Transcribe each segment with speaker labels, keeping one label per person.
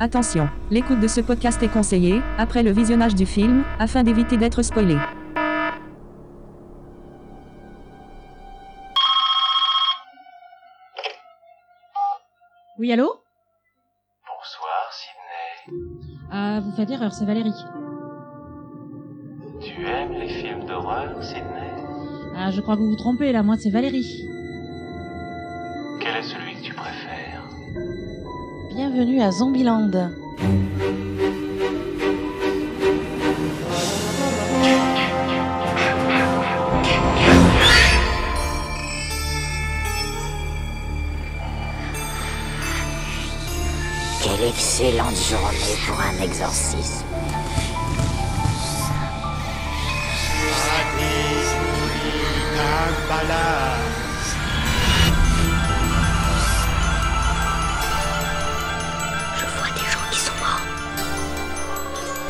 Speaker 1: Attention, l'écoute de ce podcast est conseillée, après le visionnage du film, afin d'éviter d'être spoilé.
Speaker 2: Oui, allô
Speaker 3: Bonsoir Sydney.
Speaker 2: Ah, vous faites erreur, c'est Valérie.
Speaker 3: Tu aimes les films d'horreur, Sydney
Speaker 2: Ah, je crois que vous vous trompez, là, moi, c'est Valérie.
Speaker 3: Quel est celui que tu préfères
Speaker 4: Bienvenue à Zombieland.
Speaker 5: Quelle excellente journée pour un exorcisme. Je vois des gens qui sont morts.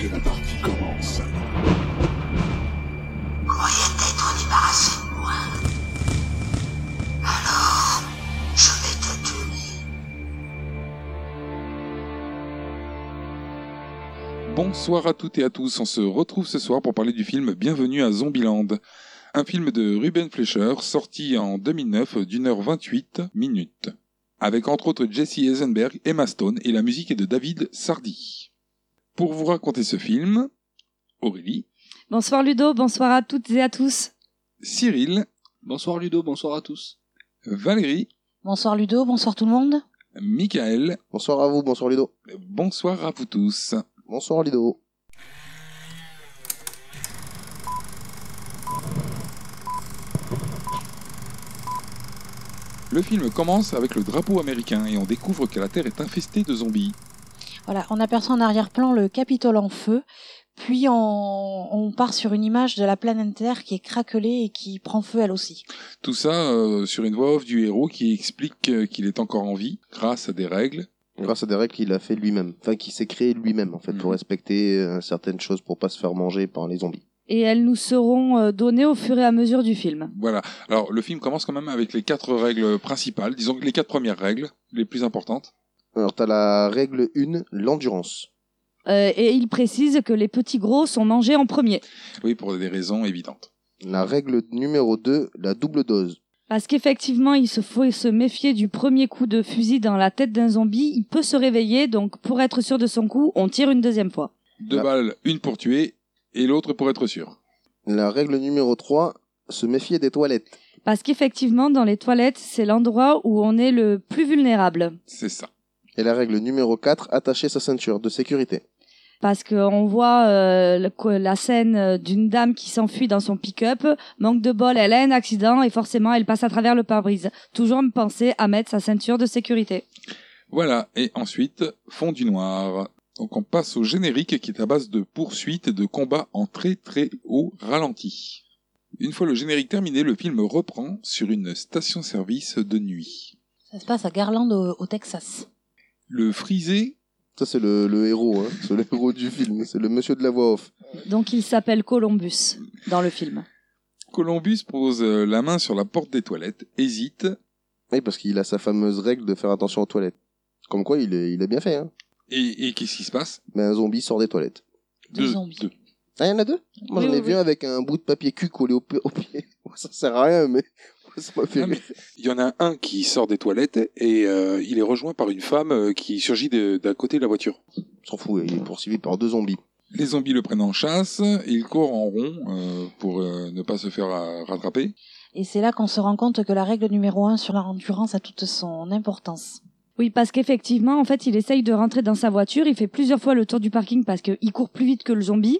Speaker 6: Et la partie commence.
Speaker 5: Croyez t'être débarrassé de moi. Alors, je vais te tuer.
Speaker 6: Bonsoir à toutes et à tous, on se retrouve ce soir pour parler du film Bienvenue à Zombieland. Un film de Ruben Fleischer sorti en 2009 d'une heure 28 minutes. Avec entre autres Jesse Eisenberg, Emma Stone et la musique est de David Sardi. Pour vous raconter ce film, Aurélie,
Speaker 7: Bonsoir Ludo, bonsoir à toutes et à tous.
Speaker 6: Cyril,
Speaker 8: Bonsoir Ludo, bonsoir à tous.
Speaker 6: Valérie,
Speaker 4: Bonsoir Ludo, bonsoir tout le monde.
Speaker 6: Michael,
Speaker 9: Bonsoir à vous, bonsoir Ludo.
Speaker 6: bonsoir à vous tous.
Speaker 9: Bonsoir Ludo.
Speaker 6: Le film commence avec le drapeau américain et on découvre que la Terre est infestée de zombies.
Speaker 4: Voilà, on aperçoit en arrière-plan le Capitole en feu, puis on, on part sur une image de la planète Terre qui est craquelée et qui prend feu elle aussi.
Speaker 6: Tout ça euh, sur une voix off du héros qui explique euh, qu'il est encore en vie grâce à des règles.
Speaker 9: Grâce à des règles qu'il a fait lui-même, enfin qu'il s'est créé lui-même en fait
Speaker 6: Mhm.
Speaker 9: pour respecter euh, certaines choses pour pas se faire manger par les zombies.
Speaker 7: Et elles nous seront euh, données au fur et à mesure du film.
Speaker 6: Voilà. Alors le film commence quand même avec les quatre règles principales, disons que les quatre premières règles, les plus importantes.
Speaker 9: Alors t'as la règle 1, l'endurance.
Speaker 7: Euh, et il précise que les petits gros sont mangés en premier.
Speaker 6: Oui, pour des raisons évidentes.
Speaker 9: La règle numéro 2, la double dose.
Speaker 7: Parce qu'effectivement, il se faut se méfier du premier coup de fusil dans la tête d'un zombie. Il peut se réveiller, donc pour être sûr de son coup, on tire une deuxième fois.
Speaker 6: Deux
Speaker 9: Ah.
Speaker 6: balles, une pour tuer et l'autre pour être sûr.
Speaker 9: La règle numéro 3, se méfier des toilettes.
Speaker 7: Parce qu'effectivement, dans les toilettes, c'est l'endroit où on est le plus vulnérable.
Speaker 6: C'est ça.
Speaker 9: Et la règle numéro 4, attacher sa ceinture de sécurité.
Speaker 7: Parce qu'on voit euh, le- que la scène euh, d'une dame qui s'enfuit dans son pick-up, manque de bol, elle a un accident et forcément elle passe à travers le pare-brise. Toujours me penser à mettre sa ceinture de sécurité.
Speaker 6: Voilà. Et ensuite, fond du noir. Donc on passe au générique qui est à base de poursuites et de combats en très très haut ralenti. Une fois le générique terminé, le film reprend sur une station-service de nuit.
Speaker 4: Ça se passe à Garland au, au Texas.
Speaker 6: Le frisé
Speaker 9: Ça c'est le, le héros, hein. c'est le héros du film, c'est le monsieur de la voix off.
Speaker 7: Donc il s'appelle Columbus dans le film.
Speaker 6: Columbus pose euh, la main sur la porte des toilettes, hésite,
Speaker 9: Oui parce qu'il a sa fameuse règle de faire attention aux toilettes. Comme quoi il est, il est bien fait. Hein.
Speaker 6: et, et qu'est-ce qui se passe
Speaker 9: Mais un zombie sort des toilettes.
Speaker 4: Deux zombies.
Speaker 9: Ah, il y en a deux Moi,
Speaker 7: Oui,
Speaker 9: j'en ai
Speaker 7: oui,
Speaker 9: vu
Speaker 7: oui.
Speaker 9: un avec un bout de papier cul collé au, p- au pied. Moi, ça sert à rien, mais moi, ça m'a fait
Speaker 6: Ah, mais-
Speaker 9: rire.
Speaker 6: Il y en a un qui sort des toilettes et euh, il est rejoint par une femme euh, qui surgit de- d'à côté de la voiture.
Speaker 9: On S'en fout, il est poursuivi par deux zombies.
Speaker 6: Les zombies le prennent en chasse, et il court en rond euh, pour euh, ne pas se faire euh, rattraper.
Speaker 4: Et c'est là qu'on se rend compte que la règle numéro 1 sur l'endurance a toute son importance.
Speaker 7: Oui, parce qu'effectivement, en fait, il essaye de rentrer dans sa voiture. Il fait plusieurs fois le tour du parking parce qu'il court plus vite que le zombie.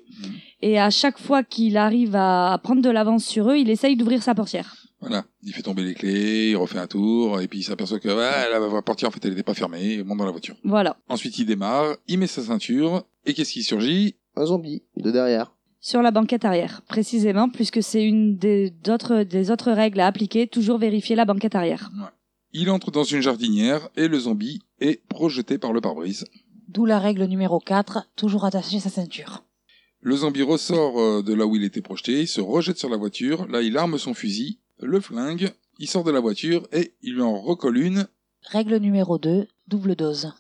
Speaker 7: Et à chaque fois qu'il arrive à prendre de l'avance sur eux, il essaye d'ouvrir sa portière.
Speaker 6: Voilà, il fait tomber les clés, il refait un tour, et puis il s'aperçoit que ah, la la portière en fait elle n'était pas fermée, il monte dans la voiture.
Speaker 7: Voilà.
Speaker 6: Ensuite il démarre, il met sa ceinture, et qu'est-ce qui surgit
Speaker 9: Un zombie, de derrière.
Speaker 7: Sur la banquette arrière, précisément, puisque c'est une des autres, des autres règles à appliquer, toujours vérifier la banquette arrière.
Speaker 6: Il entre dans une jardinière et le zombie est projeté par le pare-brise.
Speaker 4: D'où la règle numéro 4, toujours attacher sa ceinture.
Speaker 6: Le zombie ressort euh, de là où il était projeté, il se rejette sur la voiture, là il arme son fusil, le flingue, il sort de la voiture et il lui en recolle une.
Speaker 4: Règle numéro 2, double dose.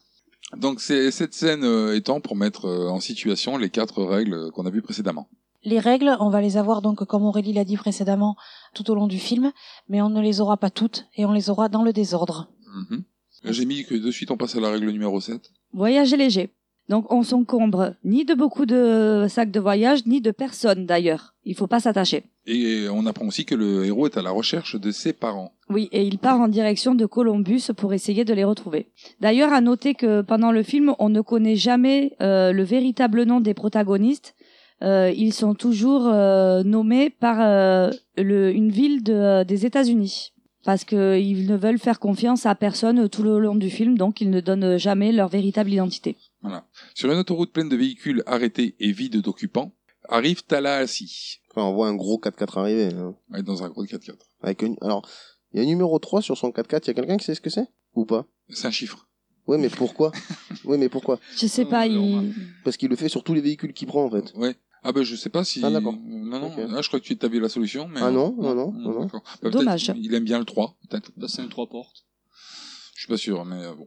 Speaker 6: Donc c'est cette scène euh, étant pour mettre euh, en situation les quatre règles euh, qu'on a vues précédemment.
Speaker 4: Les règles, on va les avoir donc, comme Aurélie l'a dit précédemment, tout au long du film, mais on ne les aura pas toutes et on les aura dans le désordre.
Speaker 6: Mhm. J'ai mis que de suite on passe à la règle numéro 7.
Speaker 7: Voyager léger. Donc on s'encombre ni de beaucoup de sacs de voyage, ni de personnes d'ailleurs. Il faut pas s'attacher.
Speaker 6: Et on apprend aussi que le héros est à la recherche de ses parents.
Speaker 7: Oui, et il part en direction de Columbus pour essayer de les retrouver. D'ailleurs, à noter que pendant le film, on ne connaît jamais euh, le véritable nom des protagonistes. Euh, ils sont toujours euh, nommés par euh, le- une ville de- euh, des États-Unis. Parce qu'ils ne veulent faire confiance à personne tout le long du film, donc ils ne donnent jamais leur véritable identité.
Speaker 6: Sur une autoroute pleine de véhicules arrêtés et vide d'occupants, arrive Tallahassee.
Speaker 9: Enfin, on voit un gros 4x4 arriver. hein.
Speaker 6: Ouais, dans un gros 4x4.
Speaker 9: Avec une- Alors, il y a un numéro 3 sur son 4x4, il y a quelqu'un qui sait ce que c'est Ou pas
Speaker 6: C'est un chiffre.
Speaker 9: Ouais, mais pourquoi Ouais, mais pourquoi
Speaker 7: Je sais pas, ils...
Speaker 9: Parce qu'il le fait sur tous les véhicules qu'il prend en fait.
Speaker 6: Ouais. Ah ben je sais pas si.
Speaker 9: Ah, d'accord.
Speaker 6: Non non.
Speaker 9: Ok.
Speaker 6: ah, je crois que tu avais la solution. Mais...
Speaker 9: Ah non, non, non, non, non.
Speaker 6: d'accord. Bah, peut-être
Speaker 7: Dommage.
Speaker 6: Il aime bien le 3 peut-être.
Speaker 8: Là, c'est un trois portes.
Speaker 6: Je suis pas sûr, mais euh, bon.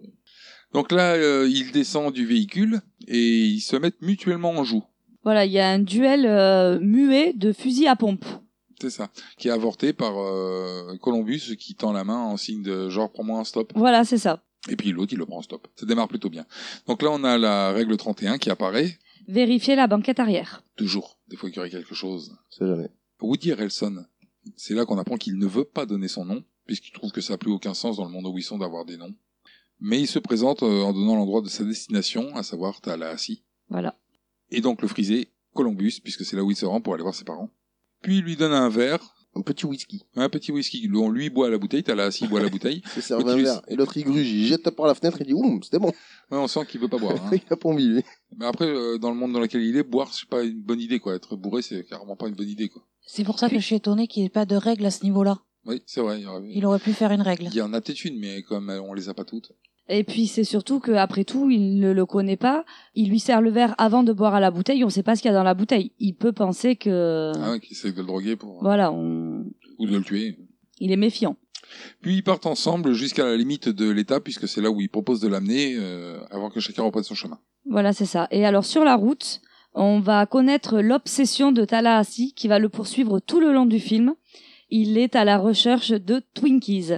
Speaker 6: Donc là, euh, il descend du véhicule et ils se mettent mutuellement en joue.
Speaker 7: Voilà, il y a un duel euh, muet de fusil à pompe.
Speaker 6: C'est ça. Qui est avorté par euh, Columbus qui tend la main en signe de genre prends-moi un stop.
Speaker 7: Voilà, c'est ça.
Speaker 6: Et puis l'autre, il le prend en stop. Ça démarre plutôt bien. Donc là, on a la règle 31 qui apparaît.
Speaker 7: Vérifier la banquette arrière.
Speaker 6: Toujours. Des fois, il y aurait quelque chose.
Speaker 9: C'est jamais.
Speaker 6: Woody Harrelson. C'est là qu'on apprend qu'il ne veut pas donner son nom, puisqu'il trouve que ça n'a plus aucun sens dans le monde où ils sont d'avoir des noms. Mais il se présente euh, en donnant l'endroit de sa destination, à savoir Tallahassee.
Speaker 7: Voilà.
Speaker 6: et donc le frisé, Columbus, puisque c'est là où il se rend pour aller voir ses parents. Puis il lui donne un verre,
Speaker 9: Un petit whisky.
Speaker 6: un petit whisky. On lui boit la bouteille, t'as la assis, il boit la bouteille.
Speaker 9: Il se sert
Speaker 6: Quand
Speaker 9: un
Speaker 6: tu lui-
Speaker 9: verre. Et l'autre il gruge, il jette par la fenêtre, il dit Oum, c'était bon.
Speaker 6: Ouais, on sent qu'il veut pas boire. hein.
Speaker 9: il a pas envie lui.
Speaker 6: Mais après, euh, dans le monde dans lequel il est, boire, c'est pas une bonne idée, quoi. Être bourré, c'est carrément pas une bonne idée, quoi.
Speaker 4: C'est pour ça que je suis étonnée qu'il n'y ait pas de règle à ce niveau-là.
Speaker 6: Oui, c'est vrai. Il y, aurait-
Speaker 4: Il aurait pu faire une règle.
Speaker 6: il y en a peut-être une, mais comme euh, on les a pas toutes.
Speaker 7: Et puis c'est surtout que après tout, il ne le connaît pas. Il lui sert le verre avant de boire à la bouteille. On ne sait pas ce qu'il y a dans la bouteille. Il peut penser que
Speaker 6: Ah ouais, qui essaie de le droguer pour... euh,
Speaker 7: voilà, on...
Speaker 6: ou de le tuer.
Speaker 7: il est méfiant.
Speaker 6: Puis ils partent ensemble jusqu'à la limite de l'État, puisque c'est là où il propose de l'amener euh, avant que chacun reprenne son chemin.
Speaker 7: Voilà, c'est ça. Et alors sur la route, on va connaître l'obsession de Tallahassee qui va le poursuivre tout le long du film. Il est à la recherche de Twinkies.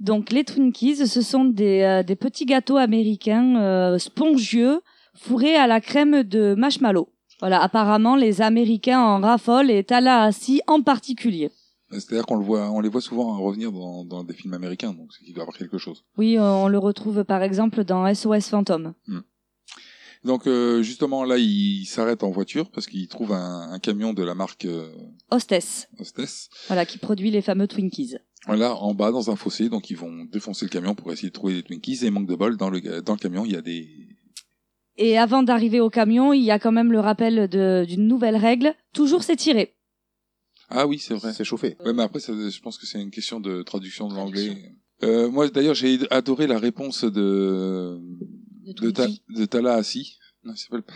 Speaker 7: Donc les Twinkies, ce sont des, euh, des petits gâteaux américains euh, spongieux fourrés à la crème de marshmallow. Voilà, apparemment les Américains en raffolent et Tallahassee en particulier.
Speaker 6: C'est-à-dire qu'on le voit, on les voit souvent revenir dans, dans des films américains, donc c'est qu'il doit y avoir quelque chose.
Speaker 7: Oui, euh, on le retrouve par exemple dans SOS Fantôme.
Speaker 6: Donc euh, justement là, il s'arrête en voiture parce qu'il trouve un, un camion de la marque euh,
Speaker 7: Hostess,
Speaker 6: Hostess.
Speaker 7: voilà, qui produit les fameux Twinkies.
Speaker 6: Là, en bas, dans un fossé, donc ils vont défoncer le camion pour essayer de trouver des Twinkies. Et manque de bol, dans le dans le camion, il y a des
Speaker 7: Et avant d'arriver au camion, il y a quand même le rappel de- d'une nouvelle règle, toujours s'étirer.
Speaker 6: ah oui, c'est vrai.
Speaker 9: C'est chauffé.
Speaker 6: Ouais, mais après, ça, je pense que c'est une question de traduction de l'anglais. Euh, moi, d'ailleurs, j'ai adoré la réponse de de, Ta-
Speaker 4: Twinkie.
Speaker 6: de Tallahassee. Non, il s'appelle pas.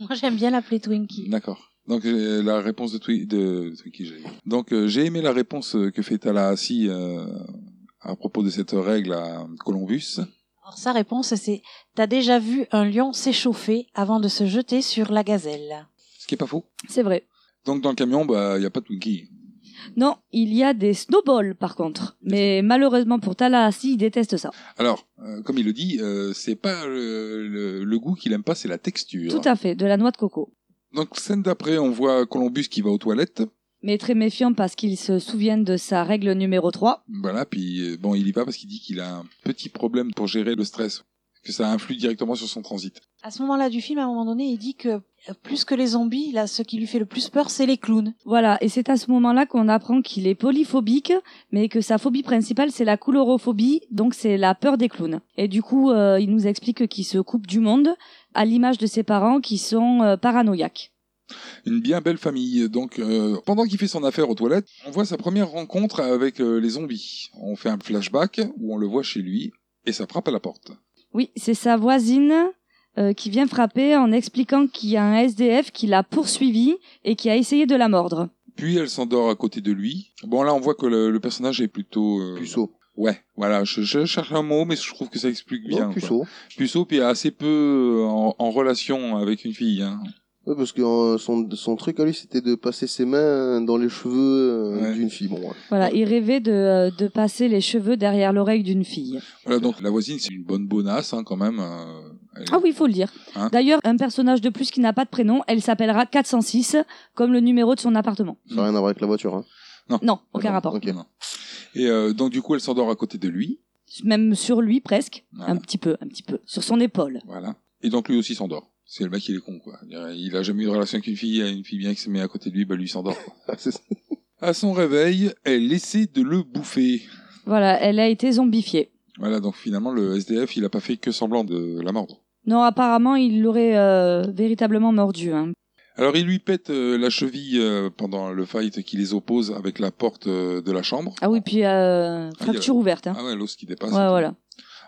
Speaker 4: Moi, j'aime bien l'appeler Twinkie.
Speaker 6: D'accord. Donc euh, la réponse de, Twi- de Twinkie, j'ai- Donc euh, j'ai aimé la réponse euh, que fait Tallahassee euh, à propos de cette règle à Columbus.
Speaker 4: Alors, sa réponse, c'est T'as déjà vu un lion s'échauffer avant de se jeter sur la gazelle
Speaker 6: Ce qui est pas faux.
Speaker 7: C'est vrai.
Speaker 6: Donc dans le camion, bah il y a pas de Twinkie.
Speaker 7: Non, il y a des snowballs par contre. Mais malheureusement pour Tallahassee, il déteste ça.
Speaker 6: Alors euh, comme il le dit, euh, c'est pas le, le- le goût qu'il aime pas, c'est la texture.
Speaker 7: Tout à fait, de la noix de coco.
Speaker 6: Donc scène d'après, on voit Columbus qui va aux toilettes.
Speaker 7: Mais très méfiant parce qu'il se souvient de sa règle numéro 3.
Speaker 6: Voilà, puis euh, bon, il y va parce qu'il dit qu'il a un petit problème pour gérer le stress, que ça influe directement sur son transit.
Speaker 4: À ce moment-là du film, à un moment donné, il dit que euh, plus que les zombies, là, ce qui lui fait le plus peur, c'est les clowns.
Speaker 7: Voilà, et c'est à ce moment-là qu'on apprend qu'il est polyphobique, mais que sa phobie principale c'est la coulorophobie, donc c'est la peur des clowns. Et du coup, euh, il nous explique qu'il se coupe du monde, à l'image de ses parents qui sont euh, paranoïaques.
Speaker 6: Une bien belle famille. Donc, euh, pendant qu'il fait son affaire aux toilettes, on voit sa première rencontre avec euh, les zombies. On fait un flashback où on le voit chez lui et ça frappe à la porte.
Speaker 7: Oui, c'est sa voisine euh, qui vient frapper en expliquant qu'il y a un SDF qui l'a poursuivi et qui a essayé de la mordre.
Speaker 6: Puis elle s'endort à côté de lui. Bon, là, on voit que le, le personnage est plutôt. euh,
Speaker 9: Puceau.
Speaker 6: Ouais, voilà, je, je cherche un mot, mais je trouve que ça explique bien.
Speaker 9: Non,
Speaker 6: quoi.
Speaker 9: Oh, puceau.
Speaker 6: Puceau, puis assez peu euh, en, en relation avec une fille. Hein.
Speaker 9: Ouais, parce que euh, son, son truc à lui, c'était de passer ses mains euh, dans les cheveux euh,
Speaker 6: Ouais.
Speaker 9: d'une fille. Bon, ouais.
Speaker 7: Voilà, il rêvait de, euh, de passer les cheveux derrière l'oreille d'une fille.
Speaker 6: Voilà, Euh, donc la voisine, c'est une bonne bonasse hein, quand même. euh, elle-
Speaker 7: Ah oui, il faut le dire.
Speaker 6: Hein
Speaker 7: D'ailleurs, un personnage de plus qui n'a pas de prénom, elle s'appellera 406, comme le numéro de son appartement.
Speaker 6: Mm.
Speaker 9: Ça n'a rien à voir avec la voiture. Hein.
Speaker 7: Non, aucun
Speaker 9: Non,
Speaker 7: rapport.
Speaker 9: ok.
Speaker 6: Non. hein. Et euh, donc, du coup, elle s'endort à côté de lui.
Speaker 7: Même sur lui, presque.
Speaker 6: Voilà.
Speaker 7: Un petit peu, un petit peu. Sur son épaule.
Speaker 6: Voilà. Et donc, lui aussi s'endort. C'est le mec, il est con, quoi. Il a jamais eu de relation avec une fille, et une fille bien qui se met à côté de lui, bah lui il s'endort. quoi.
Speaker 9: Ah, C'est ça.
Speaker 6: à son réveil, elle essaie de le bouffer.
Speaker 7: Voilà, elle a été zombifiée.
Speaker 6: Voilà, donc finalement, le SDF, il a pas fait que semblant de la mordre.
Speaker 7: Non, apparemment, il l'aurait euh, véritablement mordu. hein.
Speaker 6: Alors il lui pète euh, la cheville euh, pendant le fight qui les oppose avec la porte euh, de la chambre.
Speaker 7: Ah oui, puis euh, fracture ouverte. Hein.
Speaker 6: Ah ouais, l'os qui dépasse.
Speaker 7: ouais, voilà.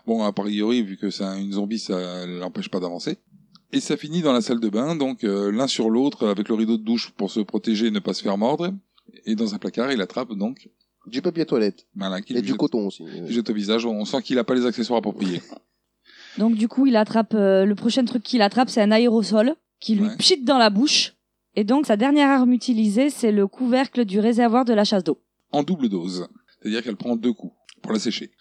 Speaker 6: Bon, a priori, vu que c'est un- une zombie, ça l'empêche pas d'avancer. Et ça finit dans la salle de bain, donc euh, l'un sur l'autre, avec le rideau de douche pour se protéger et ne pas se faire mordre. Et dans un placard, il attrape donc
Speaker 9: Du papier toilette.
Speaker 6: Malin qui
Speaker 9: Et
Speaker 6: lui
Speaker 9: du
Speaker 6: jette-
Speaker 9: coton aussi. Euh,
Speaker 6: lui jette au visage. On sent qu'il a pas les accessoires appropriés.
Speaker 7: Donc du coup, il attrape euh, le prochain truc qu'il attrape, c'est un aérosol qui lui
Speaker 6: Ouais.
Speaker 7: pchite dans la bouche. Et donc sa dernière arme utilisée, c'est le couvercle du réservoir de la chasse d'eau.
Speaker 6: en double dose. C'est-à-dire qu'elle prend deux coups pour la sécher.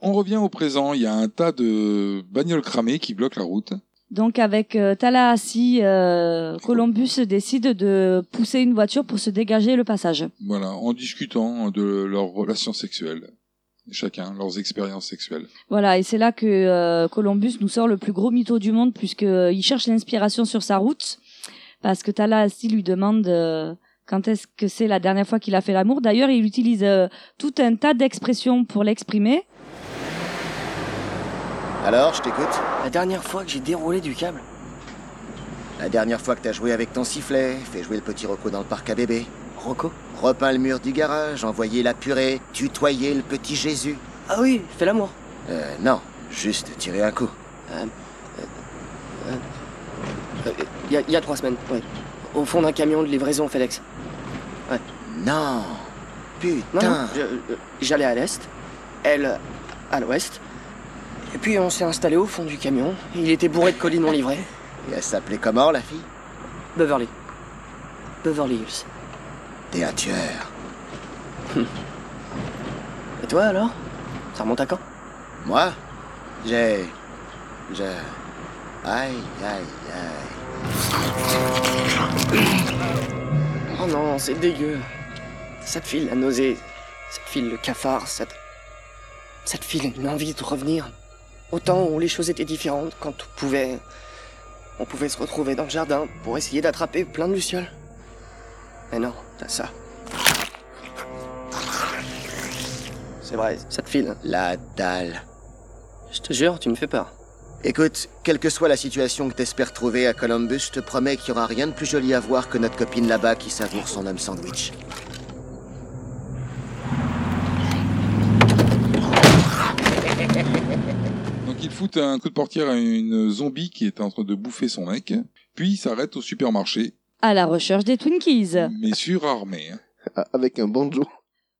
Speaker 6: On revient au présent, il y a un tas de bagnoles cramées qui bloquent la route.
Speaker 7: Donc avec euh, Tallahassee, euh, Columbus décide de pousser une voiture pour se dégager le passage.
Speaker 6: Voilà, en discutant de leurs relations sexuelles, chacun, leurs expériences sexuelles.
Speaker 7: Voilà, et c'est là que euh, Columbus nous sort le plus gros mytho du monde puisqu'il cherche l'inspiration sur sa route parce que Tallahassee lui demande euh, quand est-ce que c'est la dernière fois qu'il a fait l'amour. D'ailleurs, il utilise euh, tout un tas d'expressions pour l'exprimer.
Speaker 10: Alors, je t'écoute.
Speaker 11: La dernière fois que j'ai déroulé du câble,
Speaker 10: La dernière fois que t'as joué avec ton sifflet, fait jouer le petit Rocco dans le parc à bébé,
Speaker 11: Rocco
Speaker 10: repeint le mur du garage, envoyé la purée, tutoyé le petit Jésus.
Speaker 11: Ah oui, fais l'amour. Euh,
Speaker 10: Euh, non, juste tirer un coup.
Speaker 11: Il euh, y, a- il y a trois semaines, ouais. Au fond d'un camion de livraison FedEx.
Speaker 10: Non,
Speaker 11: Non, non,
Speaker 10: putain.
Speaker 11: je- euh, j'allais à l'est, elle à l'ouest. Et puis on s'est installé au fond du camion. Il était bourré de colis non livrés.
Speaker 10: Et elle s'appelait comment la fille
Speaker 11: Beverly. Beverly Hills.
Speaker 10: T'es un tueur.
Speaker 11: Et toi alors Ça remonte à quand
Speaker 10: Moi J'ai. Je. Aïe, aïe, aïe.
Speaker 11: Oh non, c'est dégueu. Ça te file la nausée, ça te file le cafard, ça te... ça te file une envie de revenir. Au temps où les choses étaient différentes, quand on pouvait... On pouvait se retrouver dans le jardin pour essayer d'attraper plein de lucioles. Mais non, t'as ça. C'est vrai, ça te file.
Speaker 10: La dalle.
Speaker 11: Je te jure, tu me fais peur.
Speaker 10: Écoute, quelle que soit la situation que t'espères trouver à Columbus, je te promets qu'il y aura rien de plus joli à voir que notre copine là-bas qui savoure son homme sandwich.
Speaker 6: Donc il fout un coup de portière à une zombie qui est en train de bouffer son mec, puis il s'arrête au supermarché,
Speaker 7: À la recherche des Twinkies.
Speaker 6: mais surarmé. hein.
Speaker 9: Ah, Avec un banjo.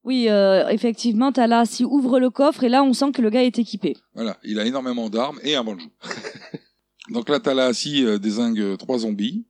Speaker 7: Oui, euh, effectivement, Tallahassee ouvre le coffre et là, on sent que le gars est équipé.
Speaker 6: Voilà, il a énormément d'armes et un banjo. Donc là, Tallahassee euh, désingue euh, trois zombies.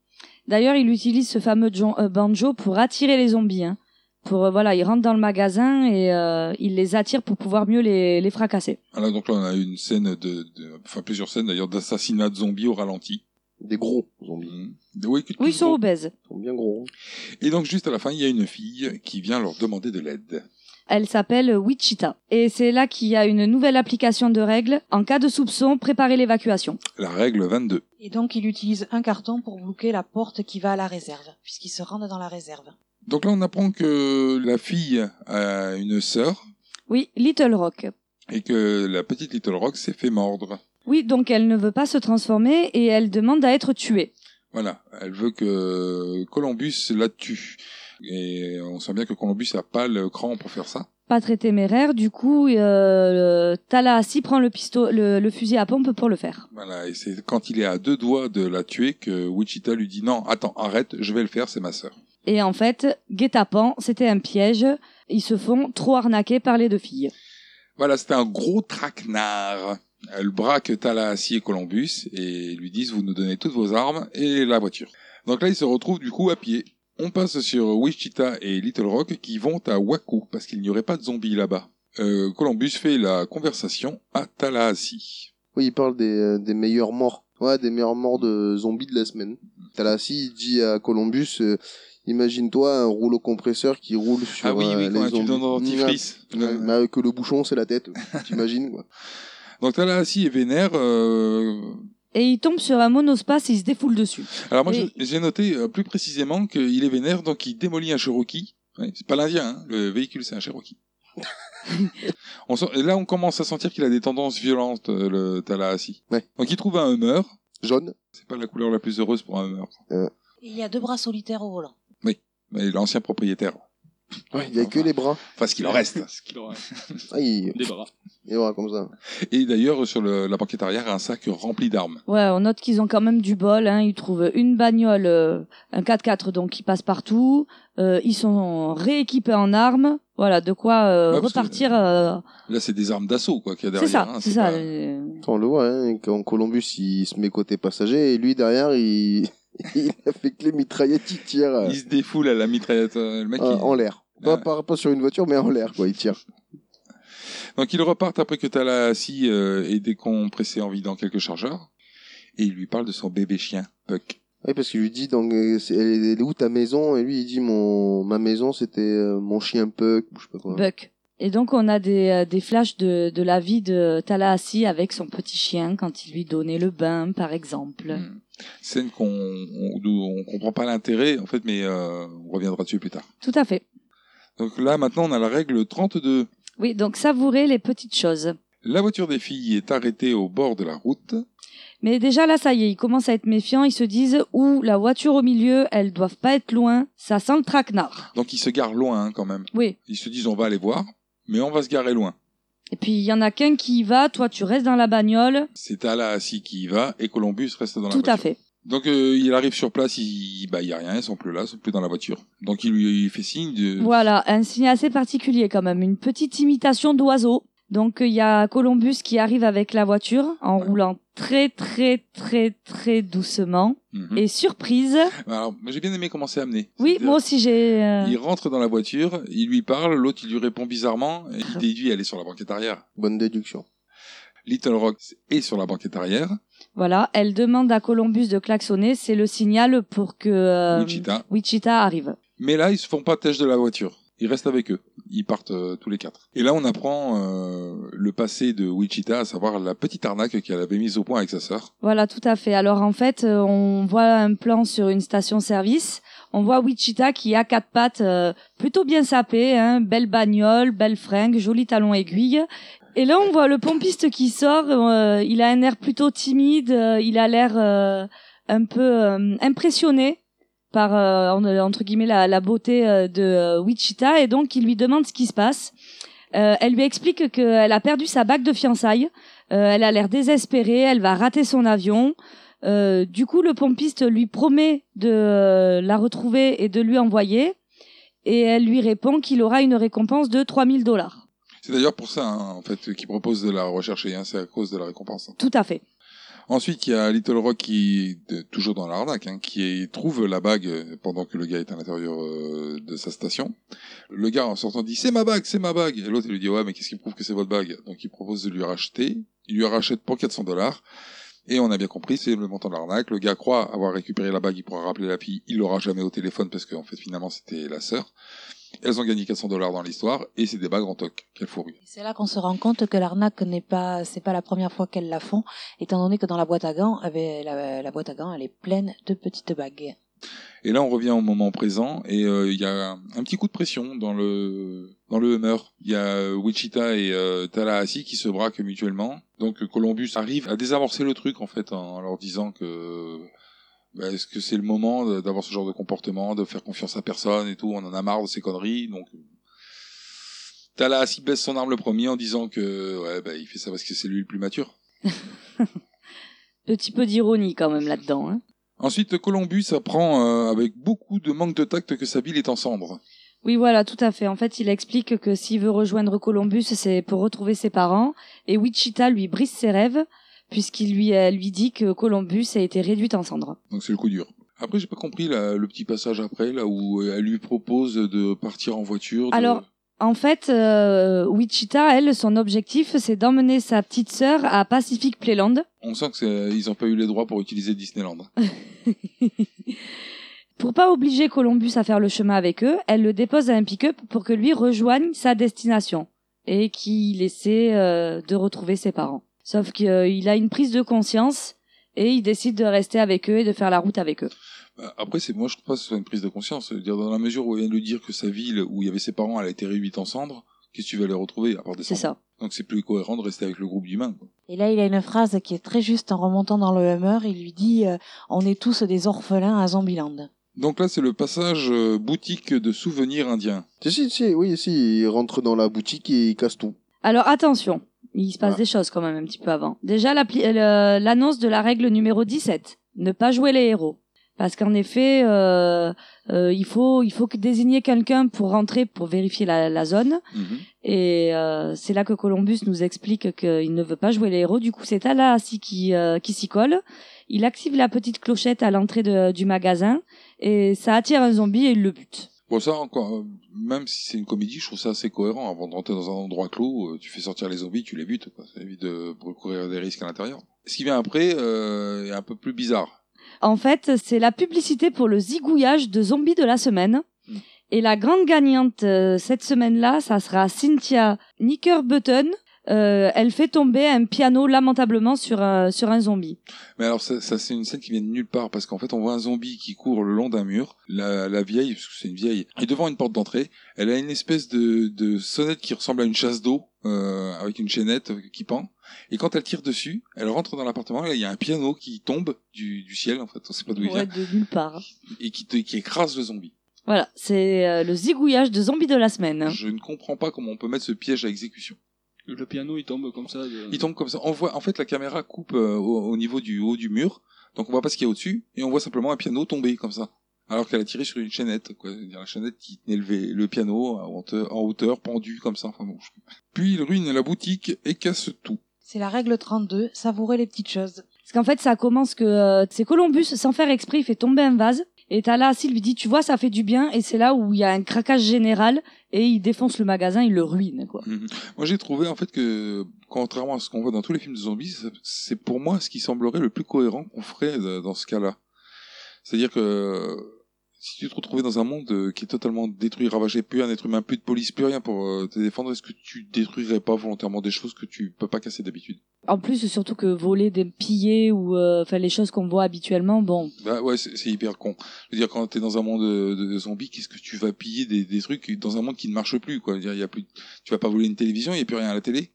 Speaker 7: D'ailleurs, il utilise ce fameux jon- euh, banjo pour attirer les zombies. hein. Pour euh, voilà, il rentre dans le magasin et euh, il les attire pour pouvoir mieux les, les fracasser.
Speaker 6: Voilà, donc là, on a une scène de, de- enfin plusieurs scènes d'ailleurs d'assassinat de zombies au ralenti.
Speaker 9: Des gros zombies.
Speaker 6: Mhm. Oui, que-
Speaker 7: Oui, ils sont obèses.
Speaker 9: Ils sont bien gros. hein.
Speaker 6: Et donc juste à la fin, il y a une fille qui vient leur demander de l'aide.
Speaker 7: Elle s'appelle Wichita. Et c'est là qu'il y a une nouvelle application de règles. En cas de soupçon, préparez l'évacuation.
Speaker 6: La règle 22.
Speaker 4: Et donc il utilise un carton pour bloquer la porte qui va à la réserve, puisqu'ils se rendent dans la réserve.
Speaker 6: Donc là, on apprend que la fille a une sœur
Speaker 7: Oui, Little Rock.
Speaker 6: et que la petite Little Rock s'est fait mordre.
Speaker 7: Oui, donc elle ne veut pas se transformer et elle demande à être tuée.
Speaker 6: Voilà, elle veut que Columbus la tue. Et on sent bien que Columbus n'a pas le cran pour faire ça.
Speaker 7: pas très téméraire. Du coup, euh, Tallahassee prend le, pisto- le, le fusil à pompe pour le faire.
Speaker 6: Voilà, et c'est quand il est à deux doigts de la tuer que Wichita lui dit non, attends, arrête, je vais le faire, c'est ma sœur.
Speaker 7: Et en fait, guet-apens, c'était un piège. Ils se font trop arnaquer par les deux filles.
Speaker 6: Voilà, c'était un gros traquenard. Elle braque Tallahassee et Columbus et lui disent vous nous donnez toutes vos armes et la voiture. Donc là, ils se retrouvent du coup à pied. On passe sur Wichita et Little Rock qui vont à Waco parce qu'il n'y aurait pas de zombies là-bas. Euh, Columbus fait la conversation à Tallahassee.
Speaker 9: Oui, il parle des, euh, des meilleurs morts. Ouais, des meilleurs morts de zombies de la semaine. Talassi il dit à Columbus, euh, imagine-toi un rouleau compresseur qui roule sur
Speaker 6: Ah oui, oui,
Speaker 9: euh,
Speaker 6: quand
Speaker 9: les
Speaker 6: tu
Speaker 9: zombies.
Speaker 6: donnes dans dentifrice.
Speaker 9: Ouais, ouais, mais avec le bouchon, c'est la tête. T'imagines, quoi.
Speaker 6: Donc Tallahassee est vénère. euh,
Speaker 7: Et ils tombent sur un monospace et ils se défoulent dessus.
Speaker 6: Alors moi,
Speaker 7: Et-
Speaker 6: je- j'ai noté euh, plus précisément qu'il est vénère, donc il démolit un Cherokee. Ouais, c'est pas l'Indien, hein, le véhicule, c'est un Cherokee. on sent- et là, on commence à sentir qu'il a des tendances violentes, euh, le Tallahassee. Donc il trouve un Hummer.
Speaker 9: Jaune.
Speaker 6: C'est pas la couleur la plus heureuse pour un Hummer.
Speaker 4: Il y a deux bras solitaires au volant.
Speaker 6: Mais l'ancien propriétaire.
Speaker 9: il y a que les bras.
Speaker 6: Enfin, ce qu'il en reste.
Speaker 9: Ah, il...
Speaker 6: Des bras.
Speaker 9: Les bras, comme ça.
Speaker 6: Et d'ailleurs, sur le- la banquette arrière, un sac rempli d'armes.
Speaker 7: Ouais, on note qu'ils ont quand même du bol. Hein. Ils trouvent une bagnole, euh, un 4x4 donc qui passe partout. Euh, ils sont rééquipés en armes. Voilà, de quoi euh,
Speaker 6: Ouais, parce que-
Speaker 7: repartir. euh,
Speaker 6: Là, c'est des armes d'assaut, quoi, qu'il y a
Speaker 7: C'est
Speaker 6: derrière.
Speaker 7: ça,
Speaker 6: hein,
Speaker 7: c'est ça.
Speaker 6: pas-
Speaker 7: euh,
Speaker 9: Attends, on le voit, hein, quand Columbus, il se met côté passager, et lui, derrière, il, il avec les mitraillettes, il tire euh,
Speaker 6: Il se défoule à la mitraillette. euh, Le mec,
Speaker 9: euh,
Speaker 6: il-
Speaker 9: en l'air. Pas, par- pas sur une voiture, mais en l'air, quoi, il tire.
Speaker 6: Donc ils repartent après que Tallahassee euh, ait décompressé en vidant quelques chargeurs. Et il lui parle de son bébé chien, Puck.
Speaker 9: Oui, parce qu'il lui dit, donc, euh, c'est- elle est elle est où ta maison Et lui, il dit, mon, ma maison, c'était euh, mon chien Puck, ou je sais pas
Speaker 6: Bah.
Speaker 9: quoi.
Speaker 7: Buck. Et donc on a des, euh, des flashs de, de la vie de Tallahassee avec son petit chien quand il lui donnait le bain, par exemple.
Speaker 6: Hmm. Scène qu'on on, d'où on comprend pas l'intérêt, en fait, mais euh, on reviendra dessus plus tard.
Speaker 7: Tout à fait.
Speaker 6: Donc là, maintenant, on a la règle 32.
Speaker 7: Oui, donc savourer les petites choses.
Speaker 6: La voiture des filles est arrêtée au bord de la route.
Speaker 7: Mais déjà là, ça y est, ils commencent à être méfiants. Ils se disent ou la voiture au milieu, elles doivent pas être loin. Ça sent le traquenard.
Speaker 6: Donc ils se garent loin, hein, quand même.
Speaker 7: Oui.
Speaker 6: Ils se disent, on va aller voir, mais on va se garer loin.
Speaker 7: Et puis il y en a qu'un qui y va. Toi, tu restes dans la bagnole.
Speaker 6: C'est Tallahassee qui y va et Columbus reste dans la
Speaker 7: Tout
Speaker 6: voiture.
Speaker 7: à fait.
Speaker 6: Donc euh, il arrive sur place, il bah, il y a rien, ils sont plus là, ils sont plus dans la voiture. Donc il lui il fait signe de...
Speaker 7: Voilà, un signe assez particulier quand même, une petite imitation d'oiseau. Donc euh, il y a Columbus qui arrive avec la voiture en roulant très très très très doucement.
Speaker 6: Mhm.
Speaker 7: Et surprise,
Speaker 6: Alors, moi, j'ai bien aimé comment c'est amené.
Speaker 7: oui, moi aussi j'ai... euh,
Speaker 6: Il rentre dans la voiture, il lui parle, l'autre il lui répond bizarrement, et il déduit elle est sur la banquette arrière.
Speaker 9: Bonne déduction.
Speaker 6: Little Rock est sur la banquette arrière.
Speaker 7: Voilà, elle demande à Columbus de klaxonner, c'est le signal pour que euh,
Speaker 6: Wichita.
Speaker 7: Wichita arrive.
Speaker 6: Mais là, ils se font pas tâche de la voiture. Ils restent avec eux. Ils partent euh, tous les quatre. Et là, on apprend euh, le passé de Wichita, à savoir la petite arnaque qu'elle avait mise au point avec sa sœur.
Speaker 7: Voilà, tout à fait. Alors en fait, euh, on voit un plan sur une station-service. On voit Wichita qui a quatre pattes, euh, plutôt bien sapé, hein, belle bagnole, belle fringue, joli talon aiguille. Et là, on voit le pompiste qui sort. euh, il a un air plutôt timide. euh, il a l'air euh, un peu euh, impressionné par euh, en- entre guillemets la, la beauté euh, de euh, Wichita et donc il lui demande ce qui se passe. Euh, elle lui explique qu'elle a perdu sa bague de fiançailles. Euh, elle a l'air désespérée. Elle va rater son avion. Euh, du coup, le pompiste lui promet de euh, la retrouver et de lui envoyer. Et elle lui répond qu'il aura une récompense de 3000 dollars.
Speaker 6: C'est d'ailleurs pour ça, hein, en fait, qu'ils proposent de la rechercher. Hein, c'est à cause de la récompense.
Speaker 7: Tout à fait.
Speaker 6: Ensuite, il y a Little Rock qui, de- toujours dans l'arnaque, hein, qui trouve la bague euh, pendant que le gars est à l'intérieur euh, de sa station. Le gars, en sortant, dit c'est ma bague, c'est ma bague. Et l'autre, il lui dit ouais, mais qu'est-ce qui prouve que c'est votre bague Donc, il propose de lui racheter. Il lui rachète pour 400 dollars. Et on a bien compris, c'est le montant de l'arnaque. Le gars croit avoir récupéré la bague, il pourra rappeler la fille. Il l'aura jamais au téléphone parce qu'en fait, finalement, c'était la sœur. Elles ont gagné 400 dollars dans l'histoire et c'est des bagues en toc. Quelle fourrure.
Speaker 4: C'est là qu'on se rend compte que l'arnaque n'est pas, c'est pas la première fois qu'elles la font, étant donné que dans la boîte à gants, avait, la, la boîte à gants, elle est pleine de petites bagues.
Speaker 6: Et là, on revient au moment présent et euh, il y a un, un petit coup de pression dans le dans le Hummer. Il y a euh, Wichita et euh, Tallahassee qui se braquent mutuellement. Donc euh, Columbus arrive à désamorcer le truc en fait en, en leur disant que euh, bah, est-ce que c'est le moment de- d'avoir ce genre de comportement, de faire confiance à personne et tout. On en a marre de ces conneries. Donc euh, Talas, il baisse son arme le premier en disant que ouais, bah, il fait ça parce que c'est lui le plus mature.
Speaker 7: Petit peu d'ironie quand même là-dedans. hein.
Speaker 6: Ensuite, Columbus apprend euh, avec beaucoup de manque de tact que sa ville est en cendres.
Speaker 7: Oui, voilà, tout à fait. En fait, il explique que s'il veut rejoindre Columbus, c'est pour retrouver ses parents. Et Wichita lui brise ses rêves, puisqu'il lui, euh, lui dit que Columbus a été réduite en cendres.
Speaker 6: Donc c'est le coup dur. Après, j'ai pas compris la- le petit passage après, là où euh, elle lui propose de partir en voiture. de-
Speaker 7: Alors, en fait, euh, Wichita, elle, son objectif, c'est d'emmener sa petite sœur à Pacific Playland
Speaker 6: On sent qu'ils n'ont pas eu les droits pour utiliser Disneyland.
Speaker 7: Pour pas obliger Columbus à faire le chemin avec eux, elle le dépose à un pick-up pour que lui rejoigne sa destination et qu'il essaie euh, de retrouver ses parents. Sauf qu'il a une prise de conscience et il décide de rester avec eux et de faire la route avec eux.
Speaker 6: Bah, Après, c'est moi, je trouve pas que ce soit une prise de conscience. Je veux Dire, dans la mesure où elle vient de lui dire que sa ville où il y avait ses parents, elle a été réduite en cendres, qu'est-ce que tu vas aller retrouver à part des
Speaker 4: C'est
Speaker 6: cendres Donc c'est plus cohérent de rester avec le groupe d'humains. quoi.
Speaker 4: Et là, il a une phrase qui est très juste en remontant dans le Hummer. Il lui dit euh, On est tous des orphelins à Zombieland.
Speaker 6: Donc là, c'est le passage euh, boutique de souvenirs indiens.
Speaker 9: Si, si, si, oui, si, il rentre dans la boutique et il casse tout.
Speaker 7: Alors attention, il se passe des choses quand même un petit peu avant. Déjà l'appli- euh, le- l'annonce de la règle numéro 17, ne pas jouer les héros. Parce qu'en effet, euh, euh, il faut il faut que désigner quelqu'un pour rentrer pour vérifier la, la zone. Et euh, c'est là que Columbus nous explique qu'il ne veut pas jouer les héros. Du coup, c'est Tallahassee qui euh, qui s'y colle. Il active la petite clochette à l'entrée de- du magasin et ça attire un zombie et il le bute.
Speaker 6: Bon, ça, encore, euh, même si c'est une comédie, je trouve ça assez cohérent. Avant de rentrer dans un endroit clos, euh, tu fais sortir les zombies, tu les butes. Quoi. Ça évite de courir des risques à l'intérieur. Ce qui vient après euh, est un peu plus bizarre.
Speaker 7: En fait, c'est la publicité pour le zigouillage de zombies de la semaine. Et la grande gagnante euh, cette semaine-là, ça sera Cynthia Knickerbutton. Euh, elle fait tomber un piano lamentablement sur un, sur un zombie.
Speaker 6: Mais alors, ça, ça, c'est une scène qui vient de nulle part, parce qu'en fait, on voit un zombie qui court le long d'un mur. La, la vieille, parce que c'est une vieille, est devant une porte d'entrée. Elle a une espèce de, de sonnette qui ressemble à une chasse d'eau, euh, avec une chaînette qui pend. Et quand elle tire dessus, elle rentre dans l'appartement, et là, il y a un piano qui tombe du, du ciel, en fait, on sait pas d'où il
Speaker 7: Ouais,
Speaker 6: vient,
Speaker 7: de nulle part.
Speaker 6: et qui, te- qui écrase le zombie.
Speaker 7: Voilà, c'est euh, le zigouillage de zombies de la semaine.
Speaker 6: Je ne comprends pas comment on peut mettre ce piège à exécution.
Speaker 8: Le piano, il tombe comme ça. de-
Speaker 6: Il tombe comme ça. On voit, en fait, la caméra coupe euh, au, au niveau du haut du mur, donc on voit pas ce qu'il y a au-dessus, et on voit simplement un piano tomber comme ça. Alors qu'elle a tiré sur une chaînette, quoi. C'est-à-dire La chaînette qui tenait le, le piano en hauteur, en hauteur, pendu comme ça. Enfin bon. je- Puis il ruine la boutique et casse tout.
Speaker 4: C'est la règle 32, savourer les petites choses.
Speaker 7: Parce qu'en fait, ça commence que euh, c'est Columbus, sans faire exprès, il fait tomber un vase. Et Tallahassee lui dit, tu vois, ça fait du bien. Et c'est là où il y a un craquage général et il défonce le magasin, il le ruine, quoi.
Speaker 6: Mhm. Moi, j'ai trouvé, en fait, que, contrairement à ce qu'on voit dans tous les films de zombies, ça- c'est pour moi ce qui semblerait le plus cohérent qu'on ferait euh, dans ce cas-là. C'est-à-dire que, si tu te retrouvais dans un monde euh, qui est totalement détruit, ravagé, plus un être humain, plus de police, plus rien pour euh, te défendre, est-ce que tu détruirais pas volontairement des choses que tu peux pas casser d'habitude
Speaker 7: En plus, surtout que voler, des piller ou euh, enfin les choses qu'on voit habituellement, bon.
Speaker 6: Bah ouais, c'est c'est hyper con. Je veux dire, quand t'es dans un monde euh, de, de zombies, qu'est-ce que tu vas piller des, des trucs dans un monde qui ne marche plus, quoi Je veux dire, il y a plus, tu vas pas voler une télévision, il n'y a plus rien à la télé.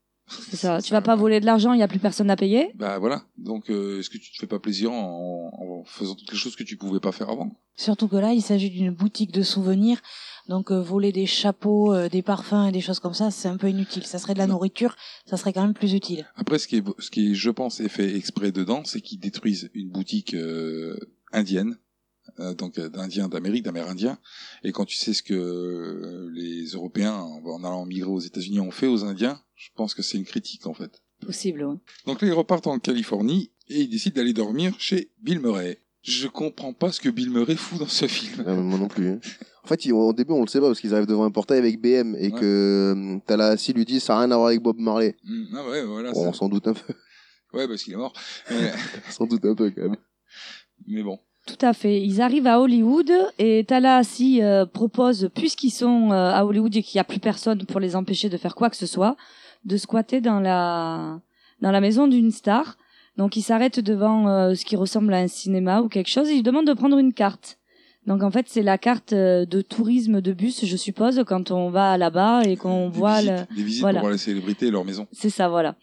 Speaker 7: C'est ça. Tu vas pas voler de l'argent, il y a plus personne à payer.
Speaker 6: Bah voilà. Donc euh, est-ce que tu te fais pas plaisir en, en faisant quelque chose que tu pouvais pas faire avant
Speaker 4: Surtout que là, il s'agit d'une boutique de souvenirs. Donc, euh, voler des chapeaux, euh, des parfums et des choses comme ça, c'est un peu inutile. Ça serait de la nourriture, ça serait quand même plus utile.
Speaker 6: Après ce qui est ce qui est, je pense est fait exprès dedans, c'est qu'ils détruisent une boutique euh, indienne. euh, donc euh, d'indiens d'Amérique, d'Amérindiens, et quand tu sais ce que euh, les Européens, en en allant migrer aux États-Unis, ont fait aux Indiens, je pense que c'est une critique en fait.
Speaker 7: Possible. ouais.
Speaker 6: Donc là, ils repartent en Californie et ils décident d'aller dormir chez Bill Murray. Je comprends pas ce que Bill Murray fout dans ce film.
Speaker 9: Euh, moi non plus. hein. En fait, ils- au début, on le sait pas parce qu'ils arrivent devant un portail avec BM et
Speaker 6: Ouais.
Speaker 9: que euh, Tallahassee lui dit ça n'a rien à voir avec Bob Marley.
Speaker 6: Mm, Ah ouais, voilà.
Speaker 9: Bon, on
Speaker 6: ça-
Speaker 9: s'en doute un peu.
Speaker 6: Ouais, parce qu'il est mort. Mais,
Speaker 9: on s'en doute un peu quand même.
Speaker 6: mais bon.
Speaker 7: Tout à fait. Ils arrivent à Hollywood et Tallahassee euh, propose, puisqu'ils sont euh, à Hollywood et qu'il n'y a plus personne pour les empêcher de faire quoi que ce soit, de squatter dans la dans la maison d'une star. Donc ils s'arrêtent devant euh, ce qui ressemble à un cinéma ou quelque chose. Et ils demandent de prendre une carte. Donc en fait c'est la carte euh, de tourisme de bus, je suppose, quand on va là-bas et qu'on voit
Speaker 6: Visite-
Speaker 7: le-
Speaker 6: Des visites
Speaker 7: voilà.
Speaker 6: pour voir les célébrités et leur maison.
Speaker 7: C'est ça, voilà.